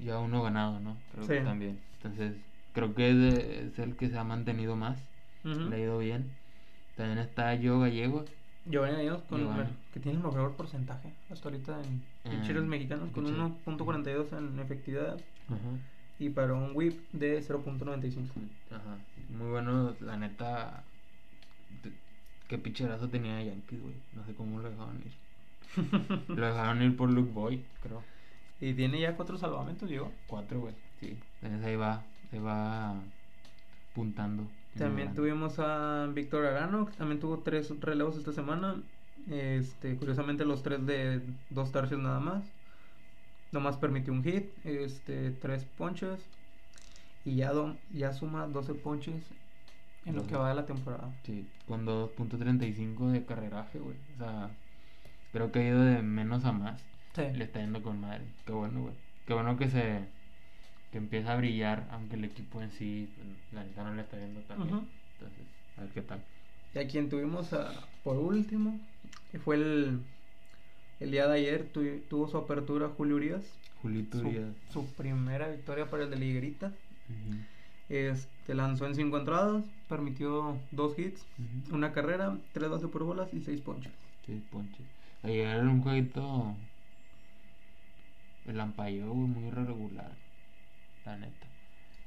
Speaker 2: Ya uno ganado, ¿no? Creo
Speaker 1: Sí.
Speaker 2: que también. Entonces, creo que es, de- es el que se ha mantenido más.
Speaker 1: Ujú.
Speaker 2: Le ha ido bien. También está Yo Gallegos.
Speaker 1: Giovanni Gallegos con el
Speaker 2: Giovanni.
Speaker 1: me- que tiene el mejor porcentaje hasta ahorita en pitchers
Speaker 2: Ah,
Speaker 1: mexicanos con
Speaker 2: pitchers.
Speaker 1: 1.42 en efectividad y para un whip de 0.95.
Speaker 2: Ajá. Muy bueno, la neta. te- Qué picherazo tenía Yankees, güey. No sé cómo lo dejaron ir. lo dejaron ir por Luke Boyd, creo.
Speaker 1: Y tiene ya cuatro salvamentos, Diego.
Speaker 2: Cuatro, güey. Sí. Entonces ahí va, ahí va puntando. Muy
Speaker 1: También
Speaker 2: grande.
Speaker 1: tuvimos a Víctor Arano, que también tuvo tres relevos esta semana. Este, curiosamente los tres de dos tercios nada más. Nomás permitió un hit, este, tres ponches. Y ya, do- ya suma 12 ponches en lo
Speaker 2: Doce.
Speaker 1: que va de la temporada.
Speaker 2: Sí, con 2.35 de carreraje, güey. O sea, creo que ha ido de menos a más.
Speaker 1: Sí.
Speaker 2: Le está yendo con madre. Qué bueno, güey. Qué bueno que se. que empieza a brillar, aunque el equipo en sí, pues, la neta no le está yendo tan bien.
Speaker 1: Ujú.
Speaker 2: Entonces, a ver qué tal.
Speaker 1: Y a quien tuvimos a- por último, que fue el, el día de ayer, tu- tuvo su apertura Julio Urias.
Speaker 2: Julito
Speaker 1: Su,
Speaker 2: Urias.
Speaker 1: su primera victoria para el de Liguerita.
Speaker 2: Ujú.
Speaker 1: Este, lanzó en cinco entradas, permitió dos hits,
Speaker 2: Ujú.
Speaker 1: una carrera, tres bases por bolas y seis ponches.
Speaker 2: Sí, ponche. Ayer era un jueguito. El ampayó, güey, muy regular. La neta.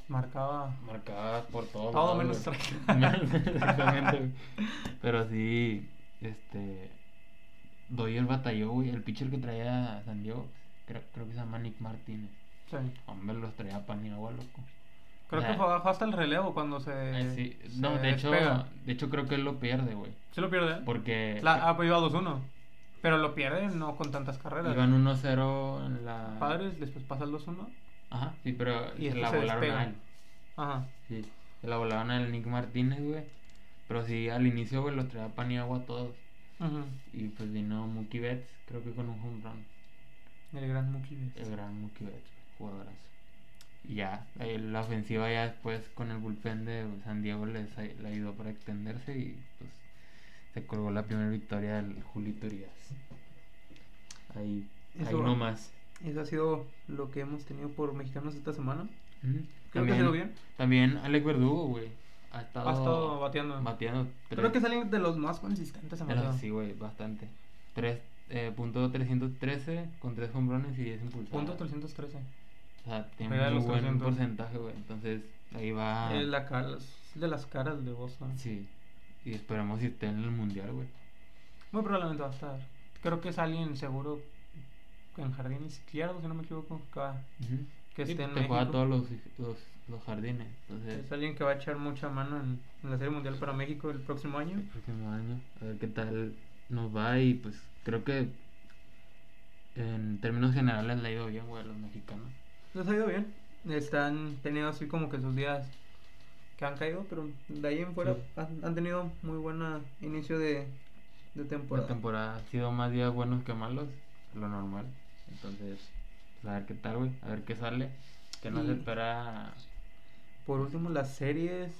Speaker 1: Marcaba.
Speaker 2: marcadas por todos
Speaker 1: Todo menos
Speaker 2: lados, güey.
Speaker 1: strike.
Speaker 2: Exactamente. güey. Pero sí, este. Doyer batalló, güey. El pitcher que traía San Diego, creo, creo que se llama Nick Martínez.
Speaker 1: sí.
Speaker 2: Hombre, los traía pan agua, loco.
Speaker 1: Creo que
Speaker 2: Nah.
Speaker 1: fue, fue hasta el relevo cuando se.
Speaker 2: Ah, sí.
Speaker 1: se
Speaker 2: No, de hecho,
Speaker 1: despega.
Speaker 2: de hecho, creo que él lo pierde, güey.
Speaker 1: Sí lo pierde.
Speaker 2: Porque
Speaker 1: La, ah, pues iba 2-1. Pero lo pierde, no con tantas carreras.
Speaker 2: iban 1-0 en la.
Speaker 1: Padres, después pasa el 2-1.
Speaker 2: Ajá, sí, pero
Speaker 1: Y
Speaker 2: se
Speaker 1: después
Speaker 2: la
Speaker 1: se
Speaker 2: volaron
Speaker 1: despega.
Speaker 2: a él.
Speaker 1: Ajá.
Speaker 2: Sí, se la volaron al Nick Martínez, güey. Pero sí, al inicio, güey, los traía pan y agua a todos.
Speaker 1: Ujú.
Speaker 2: Y pues vino Mookie Betts, creo que con un home run.
Speaker 1: El gran Mookie Betts.
Speaker 2: El gran Mookie Betts, jugadorazo. Y ya, eh, la ofensiva ya después con el bullpen de San Diego les ay- le ayudó para extenderse y pues se colgó la primera victoria del Julito Urias. Ahí, ahí
Speaker 1: Eso-
Speaker 2: nomás.
Speaker 1: Eso ha sido lo que hemos tenido por mexicanos esta semana.
Speaker 2: Ujú.
Speaker 1: Creo que ha sido bien.
Speaker 2: También Alec Verdugo, güey. Ha estado,
Speaker 1: Ha estado bateando.
Speaker 2: bateando.
Speaker 1: Creo
Speaker 2: tres-
Speaker 1: que es alguien de los más consistentes en
Speaker 2: de los-
Speaker 1: bateo.
Speaker 2: Sí, güey, bastante. Tres, eh, punto 313 con 3 hombrones y 10 impulsados.
Speaker 1: Punto 313.
Speaker 2: O sea, tiene
Speaker 1: Pega
Speaker 2: muy
Speaker 1: los
Speaker 2: buen
Speaker 1: 300.
Speaker 2: porcentaje, güey. Entonces, ahí va.
Speaker 1: Es Eh, la cara- es de las caras de Boston.
Speaker 2: Ah. Sí. Y esperamos si esté en el mundial, güey.
Speaker 1: Muy probablemente va a estar. Creo que es alguien seguro en jardín izquierdo, si no me equivoco. Que, va-
Speaker 2: Ujú.
Speaker 1: que
Speaker 2: Sí,
Speaker 1: esté en
Speaker 2: te juega
Speaker 1: México.
Speaker 2: todos los, los, los jardines. Entonces,
Speaker 1: Es alguien que va a echar mucha mano en, en la Serie Mundial para México el próximo año.
Speaker 2: el próximo año, a ver qué tal nos va. Y pues, creo que en términos generales le ha ido bien, güey, a los mexicanos.
Speaker 1: Les ha ido bien. Están teniendo así como que sus días que han caído, pero de ahí en fuera
Speaker 2: Sí.
Speaker 1: han, han tenido muy buen inicio de, de
Speaker 2: Por
Speaker 1: temporada.
Speaker 2: la temporada ha sido más días buenos que malos, lo normal. Entonces, pues, a ver qué tal, güey, a ver qué sale. Que nos
Speaker 1: Y-
Speaker 2: espera.
Speaker 1: Por último, las series.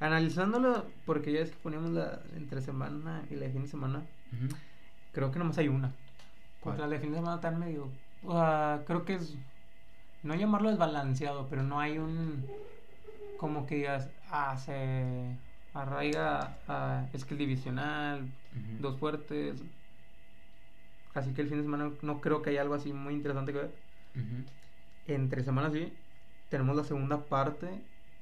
Speaker 1: Analizándolo, porque ya es que poníamos la entre semana y la de fin de semana,
Speaker 2: Ujú.
Speaker 1: creo que nomás hay una.
Speaker 2: ¿Cuál?
Speaker 1: Porque la de fin de semana tan medio. o sea, creo que es. No llamarlo desbalanceado, pero no hay un. Como que digas, ah, se arraiga. a- es que el divisional,
Speaker 2: Ujú.
Speaker 1: dos fuertes. Así que el fin de semana no creo que haya algo así muy interesante que ver.
Speaker 2: Ujú.
Speaker 1: Entre semanas sí, tenemos la segunda parte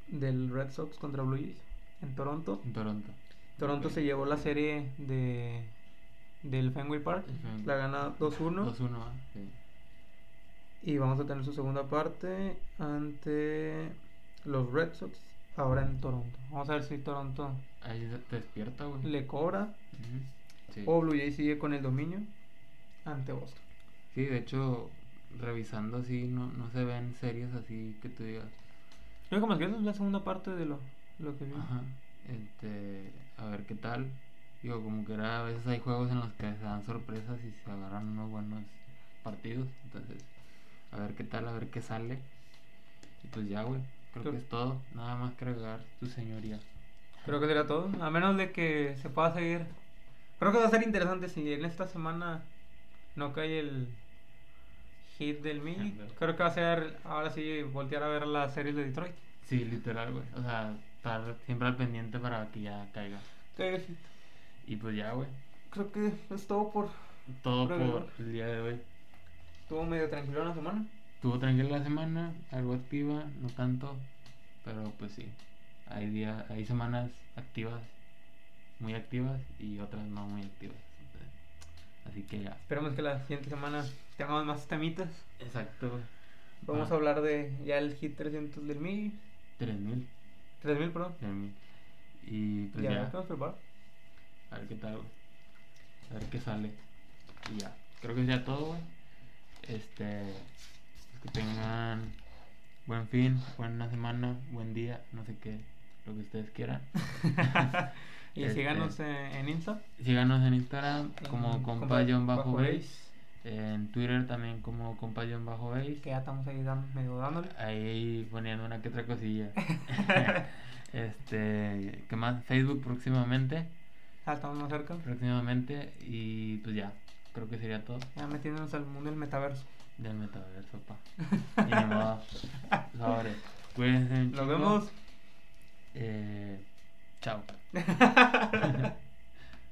Speaker 1: del Red Sox contra Blue Jays en Toronto.
Speaker 2: En Toronto.
Speaker 1: Toronto
Speaker 2: Ok.
Speaker 1: se llevó la serie de del Fenway Park,
Speaker 2: El Fenway.
Speaker 1: la gana 2-1
Speaker 2: 2-1, ah, sí.
Speaker 1: y vamos a tener su segunda parte ante los Red Sox ahora en Toronto. Vamos a ver si Toronto
Speaker 2: Ahí se- te despierta, güey.
Speaker 1: le cobra
Speaker 2: Ujú. sí.
Speaker 1: o Blue Jays sigue con el dominio ante Boston.
Speaker 2: Sí, de hecho, revisando así, no, no se ven series así que tú digas.
Speaker 1: Creo que más bien es la segunda parte de lo, lo que vi.
Speaker 2: Ajá. Este, a ver qué tal. Digo, como que era, a veces hay juegos en los que se dan sorpresas y se agarran unos buenos partidos. Entonces, a ver qué tal, a ver qué sale. Y pues ya, güey. Creo
Speaker 1: Creo-
Speaker 2: que es todo. Nada más que agregar tu señoría.
Speaker 1: Creo que será todo. A menos de que se pueda seguir. Creo que va a ser interesante si en esta semana no cae el hit del mini.
Speaker 2: Ándale.
Speaker 1: Creo que va a ser ahora sí voltear a ver la serie de Detroit.
Speaker 2: Sí, literal, güey. O sea, estar siempre al pendiente para que ya caiga. Y pues ya, güey.
Speaker 1: Creo que es todo por.
Speaker 2: Todo
Speaker 1: Programa.
Speaker 2: por el día de hoy.
Speaker 1: Estuvo medio tranquilo la semana.
Speaker 2: Estuvo tranquila la semana, algo activa, no tanto, pero pues sí. Hay días, hay semanas activas, muy activas y otras no muy activas. entonces, Así que ya.
Speaker 1: Esperemos que la siguiente semana tengamos más temitas.
Speaker 2: Exacto. güey.
Speaker 1: Vamos
Speaker 2: Ah.
Speaker 1: a hablar de ya el hit 300 del mini.
Speaker 2: 3000,
Speaker 1: 3000, perdón.
Speaker 2: 3000. Y pues
Speaker 1: ya,
Speaker 2: ya,
Speaker 1: estamos preparados.
Speaker 2: a ver qué tal, güey. A ver qué sale. Y ya. Creo que es ya todo, güey. Este. pues que tengan buen fin, buena semana, buen día, no sé qué, lo que ustedes quieran.
Speaker 1: y
Speaker 2: Este-
Speaker 1: síganos eh, en Insta.
Speaker 2: Síganos en Instagram
Speaker 1: en
Speaker 2: como compayón bajo
Speaker 1: bajo
Speaker 2: base, en Twitter también como compayón bajo
Speaker 1: Que
Speaker 2: base,
Speaker 1: ya estamos ahí dan- medio dándole.
Speaker 2: ahí poniendo una que otra cosilla. este, ¿qué más? Facebook próximamente,
Speaker 1: Ah, estamos más cerca.
Speaker 2: próximamente y pues ya, creo que sería todo
Speaker 1: Ya metiéndonos al mundo del metaverso.
Speaker 2: del metaverso, pa. Y ni modo. pues, Sobre. Cuídense un Eh,
Speaker 1: Nos
Speaker 2: chingo.
Speaker 1: vemos.
Speaker 2: Eh, chao.